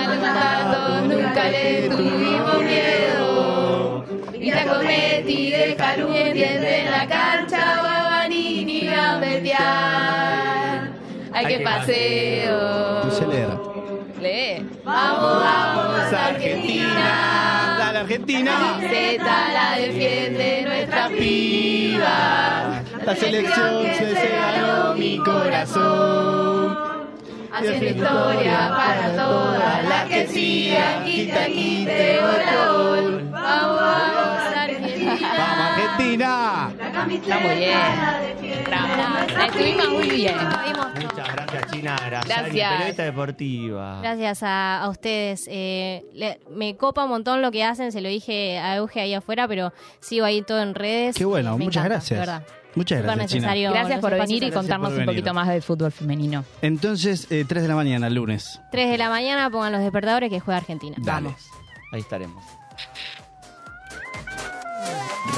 [SPEAKER 1] Al mandato nunca le tuvimos miedo. Y la cometí de Carubi en la cancha, Babanini y Gambetear. Hay que paseo.
[SPEAKER 3] Pucelera.
[SPEAKER 9] Lee.
[SPEAKER 1] Vamos, vamos, Argentina.
[SPEAKER 3] Dale, Argentina.
[SPEAKER 1] Zeta la defiende nuestra piba.
[SPEAKER 3] La selección se, se ganó mi corazón.
[SPEAKER 1] Haciendo historia para todas las que sigan. Quita, quite, gol. Vamos, vamos, Argentina.
[SPEAKER 3] Argentina.
[SPEAKER 1] Está
[SPEAKER 9] muy bien. La estuvimos muy bien.
[SPEAKER 2] Muchas gracias, China Grayani,
[SPEAKER 11] Gracias.
[SPEAKER 2] periodista deportiva.
[SPEAKER 11] Gracias a, a ustedes. eh, le- me copa un montón lo que hacen, se lo dije a Euge ahí afuera, pero sigo ahí todo en redes.
[SPEAKER 3] Qué bueno,
[SPEAKER 11] y me
[SPEAKER 3] muchas
[SPEAKER 11] encanta,
[SPEAKER 3] gracias.
[SPEAKER 11] de verdad.
[SPEAKER 3] Muchas
[SPEAKER 11] Súper
[SPEAKER 3] gracias, China.
[SPEAKER 11] necesario.
[SPEAKER 9] Gracias
[SPEAKER 11] los
[SPEAKER 9] por
[SPEAKER 11] espacios
[SPEAKER 9] venir y
[SPEAKER 11] acá.
[SPEAKER 9] contarnos
[SPEAKER 3] por
[SPEAKER 9] un
[SPEAKER 3] venir.
[SPEAKER 9] poquito más del fútbol femenino.
[SPEAKER 3] Entonces, eh, 3 de la mañana, el lunes.
[SPEAKER 11] 3 de la mañana pongan los despertadores que juega Argentina.
[SPEAKER 3] Dale.
[SPEAKER 2] Ahí estaremos.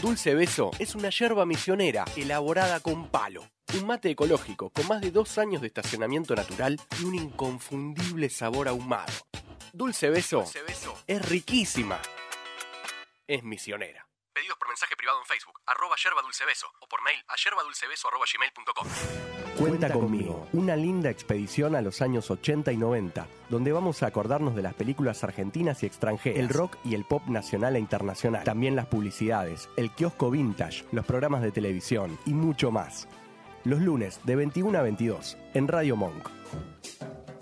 [SPEAKER 13] Dulce Beso es una yerba misionera elaborada con palo. Un mate ecológico con más de dos años de estacionamiento natural y un inconfundible sabor ahumado. Dulce Beso,
[SPEAKER 1] Dulce Beso.
[SPEAKER 13] es riquísima. Es misionera.
[SPEAKER 1] Pedidos por mensaje privado en Facebook, arroba yerba dulce beso, o por mail a yerbadulcebeso arroba gmail.com.
[SPEAKER 13] Cuenta conmigo, una linda expedición a los años 80 y 90, donde vamos a acordarnos de las películas argentinas y extranjeras, el rock y el pop nacional e internacional, también las publicidades, el kiosco vintage, los programas de televisión y mucho más. Los lunes de 21 a 22 en Radio Monk.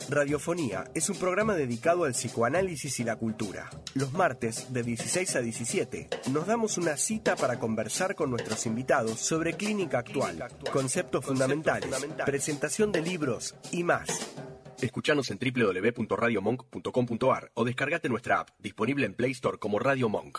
[SPEAKER 13] Radiofonía es un programa dedicado al psicoanálisis y la cultura. Los martes, de 16 a 17, nos damos una cita para conversar con nuestros invitados sobre clínica actual, conceptos, fundamentales,
[SPEAKER 1] fundamentales,
[SPEAKER 13] presentación de libros y más.
[SPEAKER 1] Escuchanos en www.radiomonk.com.ar o descargate nuestra app, disponible en Play Store como Radio Monk.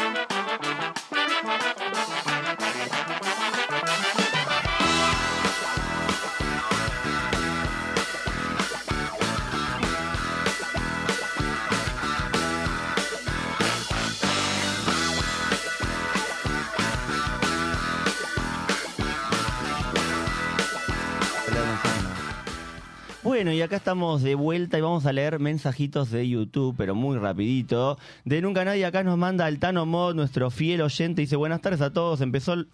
[SPEAKER 2] Bueno, y acá estamos de vuelta y vamos a leer mensajitos de YouTube, pero muy rapidito. De Nunca Nadie acá nos manda el Tano Mod, nuestro fiel oyente, dice buenas tardes a todos. Empezó... el-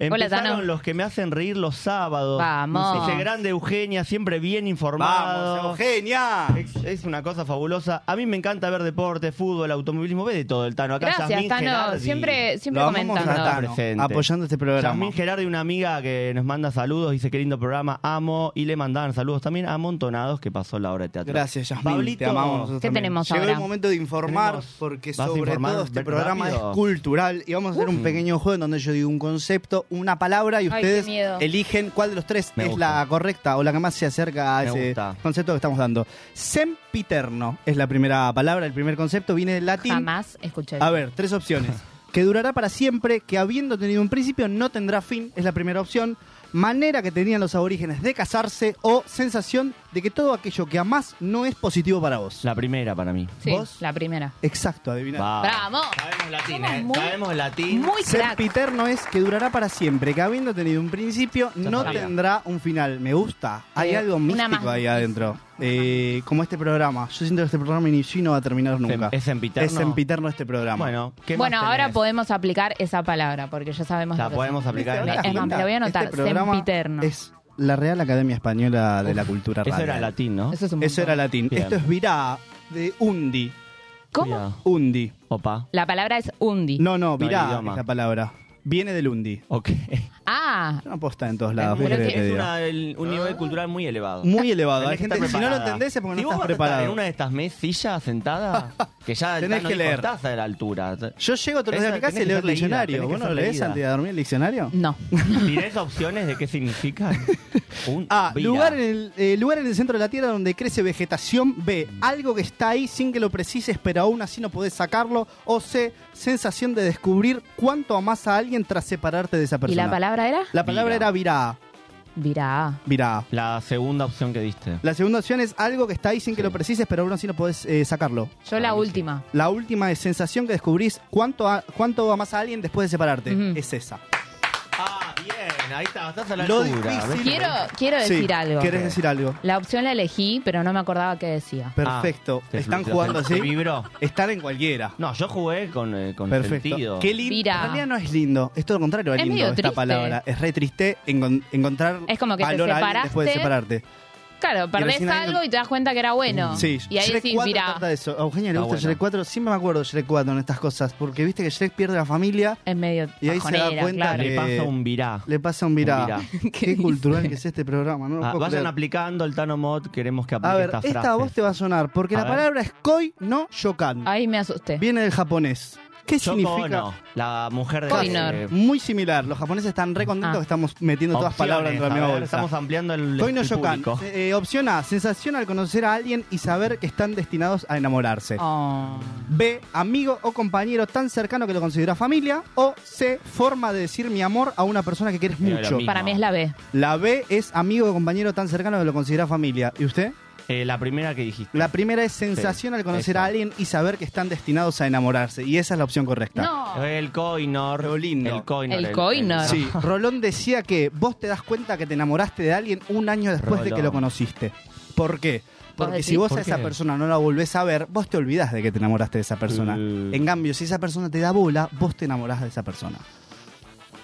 [SPEAKER 9] Hola,
[SPEAKER 2] Empezaron
[SPEAKER 9] Tano.
[SPEAKER 2] los que me hacen reír los sábados.
[SPEAKER 9] Vamos.
[SPEAKER 2] Dice grande Eugenia, siempre bien informado.
[SPEAKER 3] Vamos, Eugenia.
[SPEAKER 2] Es, es una cosa fabulosa. A mí me encanta ver deporte, fútbol, automovilismo. Ve de todo el Tano. Acá
[SPEAKER 9] Gracias,
[SPEAKER 2] Yasmín
[SPEAKER 9] Tano.
[SPEAKER 2] Gerardi.
[SPEAKER 9] Siempre- siempre Lo amamos comentando. a Tano,
[SPEAKER 3] apoyando este programa.
[SPEAKER 2] Yasmín Gerardi, una amiga que nos manda saludos, dice qué lindo programa, amo. Y le mandaban saludos también a Montonados, que pasó la hora de teatro.
[SPEAKER 3] Gracias, Yasmín.
[SPEAKER 2] Pablito,
[SPEAKER 3] te amamos nosotros
[SPEAKER 9] ¿Qué
[SPEAKER 3] también.
[SPEAKER 9] tenemos
[SPEAKER 3] Llegó
[SPEAKER 9] ahora?
[SPEAKER 3] el momento de informar,
[SPEAKER 2] Tenemos-
[SPEAKER 3] porque
[SPEAKER 2] ¿Vas a
[SPEAKER 3] sobre
[SPEAKER 2] informar
[SPEAKER 3] todo este
[SPEAKER 2] ver-
[SPEAKER 3] programa
[SPEAKER 2] rápido? Mm.
[SPEAKER 3] es cultural y vamos a hacer un pequeño juego en donde yo digo un concepto, una palabra y
[SPEAKER 9] Ay,
[SPEAKER 3] ustedes
[SPEAKER 9] qué miedo.
[SPEAKER 3] eligen cuál de los tres
[SPEAKER 2] Me
[SPEAKER 3] es
[SPEAKER 2] gusta.
[SPEAKER 3] la correcta o la que más se acerca a
[SPEAKER 2] Me
[SPEAKER 3] ese
[SPEAKER 2] gusta.
[SPEAKER 3] concepto que estamos dando. Sempiterno es la primera palabra, el primer concepto, viene del latín.
[SPEAKER 9] Jamás escuché.
[SPEAKER 3] A ver, tres opciones. Que durará para siempre, que habiendo tenido un principio no tendrá fin, es la primera opción. Manera que tenían los aborígenes de casarse o sensación de que todo aquello que amás no es positivo para vos.
[SPEAKER 2] La primera para mí.
[SPEAKER 9] Sí, la primera.
[SPEAKER 3] Exacto, adiviná.
[SPEAKER 9] ¡Vamos!
[SPEAKER 2] Sabemos latín,
[SPEAKER 9] Somos
[SPEAKER 2] eh.
[SPEAKER 9] muy-
[SPEAKER 2] Sabemos latín.
[SPEAKER 9] muy crack.
[SPEAKER 3] Sempiterno es que durará para siempre, que habiendo tenido un principio
[SPEAKER 2] Ya
[SPEAKER 3] no
[SPEAKER 2] sabía.
[SPEAKER 3] tendrá un final. Me gusta. Hay
[SPEAKER 9] Eh,
[SPEAKER 3] algo
[SPEAKER 9] una
[SPEAKER 3] místico
[SPEAKER 9] más.
[SPEAKER 3] ahí adentro. Eh, como este programa. Yo siento que este programa inició y no va a terminar nunca.
[SPEAKER 2] ¿Es sempiterno?
[SPEAKER 3] Es sempiterno este programa.
[SPEAKER 2] Bueno, ¿qué
[SPEAKER 9] Bueno,
[SPEAKER 2] más
[SPEAKER 9] ahora
[SPEAKER 2] tenés?
[SPEAKER 9] podemos aplicar esa palabra, porque ya sabemos.
[SPEAKER 2] La
[SPEAKER 9] lo que
[SPEAKER 2] podemos
[SPEAKER 9] son.
[SPEAKER 2] aplicar.
[SPEAKER 9] Es
[SPEAKER 3] ¿Te das
[SPEAKER 9] más,
[SPEAKER 3] cuenta?
[SPEAKER 9] me la voy a anotar.
[SPEAKER 3] Este programa
[SPEAKER 9] Sempiterno.
[SPEAKER 3] Es la Real Academia Española de la Cultura
[SPEAKER 2] Eso
[SPEAKER 3] Radial.
[SPEAKER 2] era latín, ¿no?
[SPEAKER 9] Eso es un
[SPEAKER 3] Eso
[SPEAKER 9] montón.
[SPEAKER 3] era latín.
[SPEAKER 2] Bien.
[SPEAKER 3] Esto es virá de undi.
[SPEAKER 9] ¿Cómo?
[SPEAKER 2] Cuidado.
[SPEAKER 3] Undi.
[SPEAKER 2] Opa.
[SPEAKER 9] La palabra es undi.
[SPEAKER 3] No, no,
[SPEAKER 2] el
[SPEAKER 3] virá
[SPEAKER 2] idioma.
[SPEAKER 3] es la palabra. Viene del undi.
[SPEAKER 2] Ok.
[SPEAKER 9] Ah,
[SPEAKER 3] Una posta en todos lados.
[SPEAKER 9] Pero
[SPEAKER 3] ¿qué
[SPEAKER 9] que
[SPEAKER 3] querés que te
[SPEAKER 2] Es
[SPEAKER 3] diga?
[SPEAKER 2] una- el- un nivel cultural muy elevado.
[SPEAKER 3] Muy elevado. Hay
[SPEAKER 2] Tenés que
[SPEAKER 3] gente
[SPEAKER 2] estar
[SPEAKER 3] que si no lo
[SPEAKER 2] preparada.
[SPEAKER 3] entendés es porque
[SPEAKER 2] Si
[SPEAKER 3] no
[SPEAKER 2] vos
[SPEAKER 3] estás
[SPEAKER 2] vas a estar En
[SPEAKER 3] preparado.
[SPEAKER 2] una de estas mesillas sentada, que ya
[SPEAKER 3] Tenés
[SPEAKER 2] Tano
[SPEAKER 3] que
[SPEAKER 2] dijo,
[SPEAKER 3] leer.
[SPEAKER 2] estás a la altura.
[SPEAKER 3] Yo llego todos los días a mi
[SPEAKER 2] Esa-
[SPEAKER 3] casa y leo el
[SPEAKER 2] tenés que ser leída,
[SPEAKER 3] diccionario.
[SPEAKER 2] tenés
[SPEAKER 3] ¿Vos
[SPEAKER 2] que
[SPEAKER 3] no lo
[SPEAKER 2] ser
[SPEAKER 3] lees
[SPEAKER 2] leída.
[SPEAKER 3] antes de dormir el diccionario?
[SPEAKER 9] no.
[SPEAKER 2] ¿Tirés opciones de qué significa? Un
[SPEAKER 3] A.
[SPEAKER 2] vira.
[SPEAKER 3] Ah, Lugar en, el, eh, lugar en el centro de la Tierra donde crece vegetación. B. Algo que está ahí sin que lo precises, pero aún así no podés sacarlo. O C. Sensación de descubrir cuánto amás a alguien tras separarte de esa
[SPEAKER 9] ¿Y
[SPEAKER 3] persona.
[SPEAKER 9] la palabra era?
[SPEAKER 3] La palabra
[SPEAKER 2] Virá.
[SPEAKER 3] era virá.
[SPEAKER 9] Virá.
[SPEAKER 3] Virá.
[SPEAKER 2] La segunda opción que diste.
[SPEAKER 3] La segunda opción es algo que está ahí sin que lo precises, pero aún así no podés eh, sacarlo.
[SPEAKER 9] Yo la última.
[SPEAKER 3] La última es sensación que descubrís cuánto, a- cuánto amás a alguien después de separarte.
[SPEAKER 9] Ujú.
[SPEAKER 3] Es esa.
[SPEAKER 2] Ah, bien, ahí está, estás a la
[SPEAKER 3] Lo
[SPEAKER 2] altura.
[SPEAKER 3] difícil.
[SPEAKER 2] ¿ves?
[SPEAKER 9] Quiero, quiero decir
[SPEAKER 3] Sí,
[SPEAKER 9] algo.
[SPEAKER 3] ¿Querés decir algo? Ah,
[SPEAKER 9] La opción la elegí, pero no me acordaba qué decía.
[SPEAKER 3] Perfecto.
[SPEAKER 2] Ah, Te
[SPEAKER 3] Están
[SPEAKER 2] flu-
[SPEAKER 3] jugando
[SPEAKER 2] te
[SPEAKER 3] así.
[SPEAKER 2] vibró.
[SPEAKER 3] Están en cualquiera.
[SPEAKER 2] No, yo jugué con, eh, con
[SPEAKER 3] Perfecto.
[SPEAKER 2] sentido.
[SPEAKER 3] Qué lindo.
[SPEAKER 9] Mira.
[SPEAKER 3] En realidad no es lindo. Es todo lo contrario a
[SPEAKER 9] Es
[SPEAKER 3] lindo
[SPEAKER 9] medio
[SPEAKER 3] esta
[SPEAKER 9] triste.
[SPEAKER 3] palabra. Es re triste encon- encontrar
[SPEAKER 9] Es como que te
[SPEAKER 3] valor a alguien después de
[SPEAKER 9] separaste.
[SPEAKER 3] separarte.
[SPEAKER 9] Claro, perdés
[SPEAKER 3] recién ahí
[SPEAKER 9] algo y te das cuenta que era bueno.
[SPEAKER 3] Sí,
[SPEAKER 9] y ahí
[SPEAKER 3] Shrek
[SPEAKER 9] decís,
[SPEAKER 3] 4
[SPEAKER 9] mirá,
[SPEAKER 3] trata de eso. A Eugenia le
[SPEAKER 9] Está
[SPEAKER 3] gusta
[SPEAKER 9] bueno.
[SPEAKER 3] Shrek 4. Siempre me acuerdo de Shrek 4 en estas cosas, porque viste que Shrek pierde la familia.
[SPEAKER 9] Es medio
[SPEAKER 3] Y ahí se da
[SPEAKER 9] Eh, bajonera,
[SPEAKER 3] cuenta
[SPEAKER 9] claro.
[SPEAKER 3] que
[SPEAKER 2] Ah, Le pasa un virá.
[SPEAKER 3] Le pasa un virá.
[SPEAKER 2] Un virá.
[SPEAKER 3] Qué, cultural que es este programa. No lo
[SPEAKER 2] Ah,
[SPEAKER 3] puedo
[SPEAKER 2] vayan
[SPEAKER 3] creer.
[SPEAKER 2] aplicando el Tano Mod, queremos que aplique
[SPEAKER 3] A ver,
[SPEAKER 2] esta
[SPEAKER 3] esta,
[SPEAKER 2] frase.
[SPEAKER 3] voz te va a sonar, porque
[SPEAKER 2] A
[SPEAKER 3] la
[SPEAKER 2] ver.
[SPEAKER 3] palabra es koi no yokan.
[SPEAKER 9] Ahí me asusté.
[SPEAKER 3] Viene del japonés. ¿Qué
[SPEAKER 2] Yoko
[SPEAKER 3] significa?
[SPEAKER 2] Ono, la mujer de...
[SPEAKER 3] Casi.
[SPEAKER 2] eh,
[SPEAKER 3] Muy similar. Los japoneses están re contentos
[SPEAKER 2] Ah.
[SPEAKER 3] que estamos metiendo todas
[SPEAKER 2] opciones,
[SPEAKER 3] palabras dentro de la
[SPEAKER 2] a
[SPEAKER 3] misma
[SPEAKER 2] ver,
[SPEAKER 3] bolsa.
[SPEAKER 2] Estamos ampliando el,
[SPEAKER 3] Koi no
[SPEAKER 2] el
[SPEAKER 3] yokan.
[SPEAKER 2] público.
[SPEAKER 3] Eh, eh, opción A, sensación al conocer a alguien y saber que están destinados a enamorarse.
[SPEAKER 9] Oh.
[SPEAKER 3] B, amigo o compañero tan cercano que lo considera familia. O C, forma de decir mi amor a una persona que quieres
[SPEAKER 2] Pero lo
[SPEAKER 3] mucho.
[SPEAKER 2] mismo.
[SPEAKER 9] Para mí es la B.
[SPEAKER 3] La B es amigo o compañero tan cercano que lo considera familia. ¿Y usted?
[SPEAKER 2] Eh, la primera que dijiste.
[SPEAKER 3] La primera es sensación
[SPEAKER 2] Sí,
[SPEAKER 3] al conocer
[SPEAKER 2] esa.
[SPEAKER 3] a alguien y saber que están destinados a enamorarse. Y esa es la opción correcta.
[SPEAKER 2] El Coinor. El Coinor.
[SPEAKER 3] Sí, Rolón decía que vos te das cuenta que te enamoraste de alguien un año después de que
[SPEAKER 2] Rolón.
[SPEAKER 3] lo conociste. ¿Por qué? Porque
[SPEAKER 2] decís,
[SPEAKER 3] si vos
[SPEAKER 2] ¿por
[SPEAKER 3] a esa
[SPEAKER 2] qué?
[SPEAKER 3] persona no la volvés a ver, vos te olvidás de que te enamoraste de esa persona.
[SPEAKER 2] Uh.
[SPEAKER 3] En cambio, si esa persona te da bola, vos te enamorás de esa persona.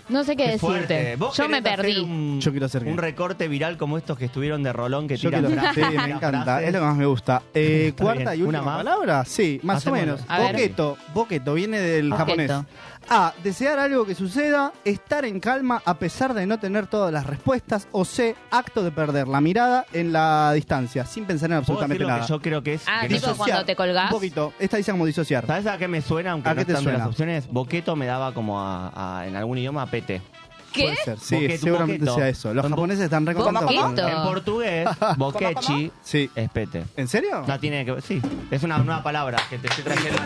[SPEAKER 9] No sé qué,
[SPEAKER 2] Qué fuerte.
[SPEAKER 9] decirte.
[SPEAKER 2] Vos
[SPEAKER 9] Yo me
[SPEAKER 2] querés hacer
[SPEAKER 9] perdí.
[SPEAKER 2] Un,
[SPEAKER 3] Yo quiero hacer
[SPEAKER 2] un recorte viral como estos que estuvieron de Rolón que
[SPEAKER 3] Yo
[SPEAKER 2] tiran
[SPEAKER 3] quiero-
[SPEAKER 2] frases,
[SPEAKER 3] sí, me
[SPEAKER 2] tiran
[SPEAKER 3] encanta,
[SPEAKER 2] frases.
[SPEAKER 3] es lo que más me gusta. Eh,
[SPEAKER 2] Está
[SPEAKER 3] cuarta
[SPEAKER 2] bien.
[SPEAKER 3] y última
[SPEAKER 2] ¿Una más?
[SPEAKER 3] palabra, sí, más o
[SPEAKER 2] Hacemos
[SPEAKER 3] menos.
[SPEAKER 2] una. A ver. Ah.
[SPEAKER 3] Boqueto, boqueto viene del
[SPEAKER 2] Boqueto.
[SPEAKER 3] japonés. A, desear algo que suceda, estar en calma a pesar de no tener todas las respuestas o C, acto de perder la mirada en la distancia, sin pensar en
[SPEAKER 2] ¿Puedo decir
[SPEAKER 3] absolutamente
[SPEAKER 2] lo
[SPEAKER 3] nada.
[SPEAKER 2] que yo creo que es.
[SPEAKER 9] Ah,
[SPEAKER 2] que no
[SPEAKER 9] tipo
[SPEAKER 2] sé-
[SPEAKER 9] cuando te colgás.
[SPEAKER 3] Un poquito, esta dice como disociar.
[SPEAKER 2] ¿Sabes a qué me suena? Aunque
[SPEAKER 3] ¿A
[SPEAKER 2] no
[SPEAKER 3] qué te
[SPEAKER 2] están todas
[SPEAKER 3] suena?
[SPEAKER 2] las opciones. Boqueto me daba como a, a- en algún idioma a pete.
[SPEAKER 9] ¿Qué?
[SPEAKER 3] Puede ser, sí, seguramente sea eso. Los japoneses están re contentos con-
[SPEAKER 2] En portugués, boquechi es pete.
[SPEAKER 3] ¿En serio?
[SPEAKER 2] No tiene que ver. Sí, es una nueva palabra que te estoy trayendo.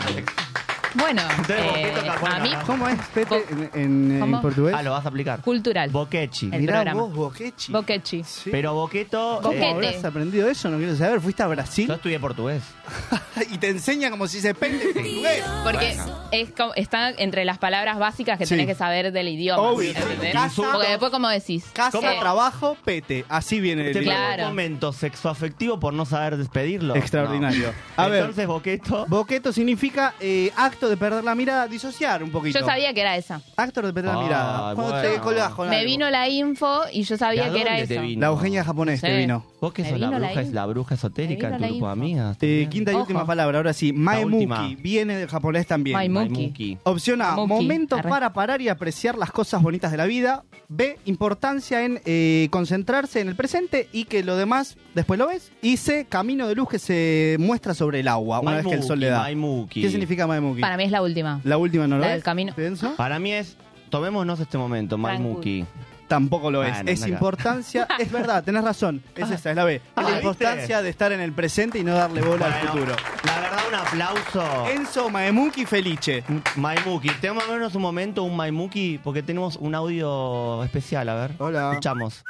[SPEAKER 9] Bueno,
[SPEAKER 2] Entonces,
[SPEAKER 9] eh,
[SPEAKER 2] boqueto está
[SPEAKER 9] a
[SPEAKER 2] bueno.
[SPEAKER 9] mí
[SPEAKER 3] ¿Cómo es Pepe en, en- en
[SPEAKER 9] ¿Cómo?
[SPEAKER 3] portugués?
[SPEAKER 2] Ah, lo vas a aplicar.
[SPEAKER 9] Cultural.
[SPEAKER 2] Boquechi.
[SPEAKER 9] el
[SPEAKER 3] Mirá
[SPEAKER 9] programa.
[SPEAKER 3] vos, boquechi.
[SPEAKER 9] Boquechi.
[SPEAKER 2] Pero boqueto. eh,
[SPEAKER 3] ¿Cómo habrás aprendido eso? No quiero saber. ¿Fuiste a Brasil? Yo
[SPEAKER 2] estudié portugués.
[SPEAKER 3] y te enseña como si se pende en portugués.
[SPEAKER 9] Porque es como- está entre las palabras básicas que
[SPEAKER 3] Sí.
[SPEAKER 9] tenés que saber del idioma.
[SPEAKER 3] Obvio.
[SPEAKER 9] ¿entendés?
[SPEAKER 3] Casa-
[SPEAKER 9] Porque después, ¿cómo decís?
[SPEAKER 3] Casa, trabajo, pete. Así viene el
[SPEAKER 2] Te
[SPEAKER 3] libro.
[SPEAKER 2] claro. un momento sexoafectivo por no saber despedirlo.
[SPEAKER 3] Extraordinario.
[SPEAKER 2] No.
[SPEAKER 3] A ver.
[SPEAKER 2] Entonces, boqueto.
[SPEAKER 3] Boqueto significa eh, acto de perder la mirada, disociar un poquito.
[SPEAKER 9] Yo sabía que era esa.
[SPEAKER 3] Acto de perder la
[SPEAKER 2] Ah,
[SPEAKER 3] mirada. Cuando te
[SPEAKER 2] bueno.
[SPEAKER 3] colgás con
[SPEAKER 9] Me
[SPEAKER 3] algo.
[SPEAKER 9] vino la info y yo sabía que era eso.
[SPEAKER 3] La Eugenia japonés
[SPEAKER 9] Sí.
[SPEAKER 3] te vino.
[SPEAKER 2] Vos que
[SPEAKER 9] Me
[SPEAKER 2] sos la
[SPEAKER 9] vino la
[SPEAKER 2] bruja, es la bruja esotérica
[SPEAKER 9] Me
[SPEAKER 2] en
[SPEAKER 9] vino
[SPEAKER 2] tu
[SPEAKER 9] la
[SPEAKER 2] grupo de
[SPEAKER 9] info.
[SPEAKER 2] amigas.
[SPEAKER 3] Eh, quinta y
[SPEAKER 9] Ojo.
[SPEAKER 3] última palabra, ahora sí. Maemuki
[SPEAKER 2] última.
[SPEAKER 3] viene del japonés también.
[SPEAKER 9] Maimuki.
[SPEAKER 2] Maimuki.
[SPEAKER 3] Opción A,
[SPEAKER 9] Maimuki,
[SPEAKER 3] momentos
[SPEAKER 9] arre.
[SPEAKER 3] para parar y apreciar las cosas bonitas de la vida. B, importancia en eh, concentrarse en el presente y que lo demás después lo ves. Y C, camino de luz que se muestra sobre el agua una vez que el sol le da.
[SPEAKER 2] Maimuki.
[SPEAKER 3] ¿Qué significa Maemuki?
[SPEAKER 9] Para mí es la última.
[SPEAKER 3] La última no lo
[SPEAKER 9] La del
[SPEAKER 3] es.
[SPEAKER 9] camino.
[SPEAKER 2] Para mí es, tomémonos este momento, Maimuki.
[SPEAKER 3] Tampoco lo es.
[SPEAKER 2] Bueno,
[SPEAKER 3] es
[SPEAKER 2] acá.
[SPEAKER 3] importancia, es verdad, tenés razón. Es esa, es la B. Es
[SPEAKER 2] Ah,
[SPEAKER 3] la
[SPEAKER 2] ¿viste?
[SPEAKER 3] importancia de estar en el presente y no darle bola al
[SPEAKER 2] Bueno,
[SPEAKER 3] futuro.
[SPEAKER 2] La verdad, un aplauso.
[SPEAKER 3] Enzo Maemuki Felice.
[SPEAKER 2] Maimuki, tenemos que vernos un momento, un Maimuki, porque tenemos un audio especial, a ver.
[SPEAKER 3] Hola.
[SPEAKER 2] Escuchamos.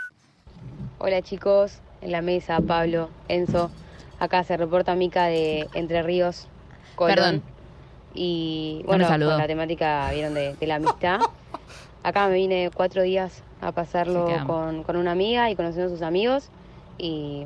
[SPEAKER 14] Hola chicos, en la mesa, Pablo, Enzo. Acá se reporta Mica de Entre Ríos, Colón.
[SPEAKER 9] Perdón.
[SPEAKER 14] Y
[SPEAKER 9] No
[SPEAKER 14] bueno,
[SPEAKER 9] me saludó.
[SPEAKER 14] con la temática, vieron, de, de la amistad. Acá me vine cuatro días a pasarlo
[SPEAKER 9] Sí, te amo.
[SPEAKER 14] con, con una amiga y conociendo a sus amigos. Y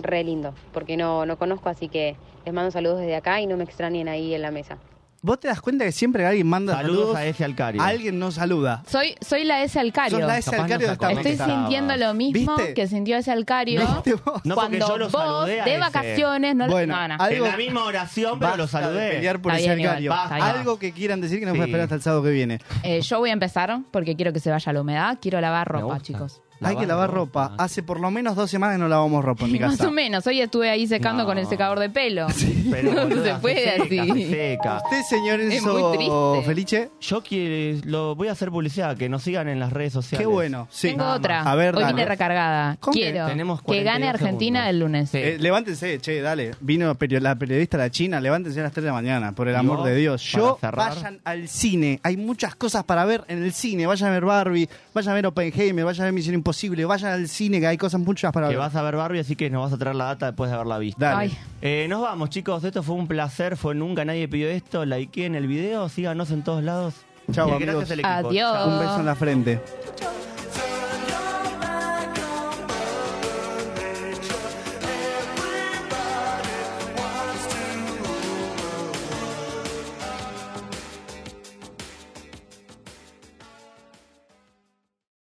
[SPEAKER 14] re lindo, porque no, no conozco, así que les mando saludos desde acá y no me extrañen ahí en la mesa.
[SPEAKER 3] ¿Vos te das cuenta que siempre que alguien manda
[SPEAKER 2] Saludos
[SPEAKER 3] saludos,
[SPEAKER 2] a ese Alcario.
[SPEAKER 3] Alguien no saluda.
[SPEAKER 9] Soy, soy la S Alcario.
[SPEAKER 3] Sos la S
[SPEAKER 2] Capaz
[SPEAKER 3] Alcario
[SPEAKER 2] no
[SPEAKER 3] de esta
[SPEAKER 2] se acordó.
[SPEAKER 9] Estoy
[SPEAKER 3] mesa.
[SPEAKER 9] sintiendo lo mismo
[SPEAKER 3] ¿Viste?
[SPEAKER 9] que sintió ese Alcario
[SPEAKER 2] No, porque
[SPEAKER 9] cuando
[SPEAKER 2] yo lo
[SPEAKER 9] vos,
[SPEAKER 2] saludé a
[SPEAKER 9] de
[SPEAKER 2] ese.
[SPEAKER 9] vacaciones, no lo
[SPEAKER 3] Bueno,
[SPEAKER 9] no, no.
[SPEAKER 3] algo-
[SPEAKER 2] En la misma oración, pero lo
[SPEAKER 3] Basta de
[SPEAKER 2] saludé.
[SPEAKER 3] pelear por
[SPEAKER 9] Está
[SPEAKER 3] ese
[SPEAKER 9] bien, igual,
[SPEAKER 3] Alcario.
[SPEAKER 9] está bien.
[SPEAKER 3] Algo que quieran decir que no
[SPEAKER 2] Sí.
[SPEAKER 3] puede esperar hasta el sábado que viene.
[SPEAKER 9] Eh, yo voy a empezar porque quiero que se vaya la humedad. Quiero lavar ropa, chicos.
[SPEAKER 3] Hay que lavar ropa. Hace por lo menos dos semanas que no lavamos ropa en mi
[SPEAKER 9] Más
[SPEAKER 3] casa.
[SPEAKER 9] o menos. Hoy estuve ahí secando
[SPEAKER 3] No.
[SPEAKER 9] con el secador de pelo.
[SPEAKER 2] Pero,
[SPEAKER 9] no
[SPEAKER 2] boluda,
[SPEAKER 9] se puede
[SPEAKER 2] seca,
[SPEAKER 9] así.
[SPEAKER 2] seca.
[SPEAKER 3] Usted, Este señor
[SPEAKER 9] Es
[SPEAKER 3] Enzo
[SPEAKER 9] muy triste.
[SPEAKER 3] Felice.
[SPEAKER 2] Yo quiero, lo voy a hacer publicidad, que nos sigan en las redes sociales.
[SPEAKER 3] Qué bueno. Sí.
[SPEAKER 9] Tengo
[SPEAKER 3] Nada más.
[SPEAKER 9] otra.
[SPEAKER 3] A ver,
[SPEAKER 9] Hoy
[SPEAKER 3] dale.
[SPEAKER 9] viene recargada.
[SPEAKER 3] ¿Con qué?
[SPEAKER 9] Quiero
[SPEAKER 3] Tenemos
[SPEAKER 9] que
[SPEAKER 3] 42
[SPEAKER 9] gane Argentina
[SPEAKER 3] segundos.
[SPEAKER 9] el lunes.
[SPEAKER 3] Eh, levántense, che, dale. Vino perio- la periodista la China, levántense a las 3 de la mañana, por el amor
[SPEAKER 2] Yo,
[SPEAKER 3] de Dios.
[SPEAKER 2] para
[SPEAKER 3] Yo,
[SPEAKER 2] cerrar-
[SPEAKER 3] vayan al cine. Hay muchas cosas para ver en el cine. Vayan a ver Barbie, vayan a ver Oppenheimer, vayan a ver Misión Imposible, vayan al cine, que hay cosas muchas para
[SPEAKER 2] Que
[SPEAKER 3] ver.
[SPEAKER 2] vas a ver Barbie, así que nos vas a traer la data después de haberla visto.
[SPEAKER 3] Dale. Ay.
[SPEAKER 2] Eh, nos vamos, chicos. Esto fue un placer. Fue nunca nadie pidió esto. Likeen el video. Síganos en todos lados.
[SPEAKER 3] Chau,
[SPEAKER 2] Y
[SPEAKER 3] amigos.
[SPEAKER 2] Gracias al equipo.
[SPEAKER 9] Adiós.
[SPEAKER 3] Un beso en la frente.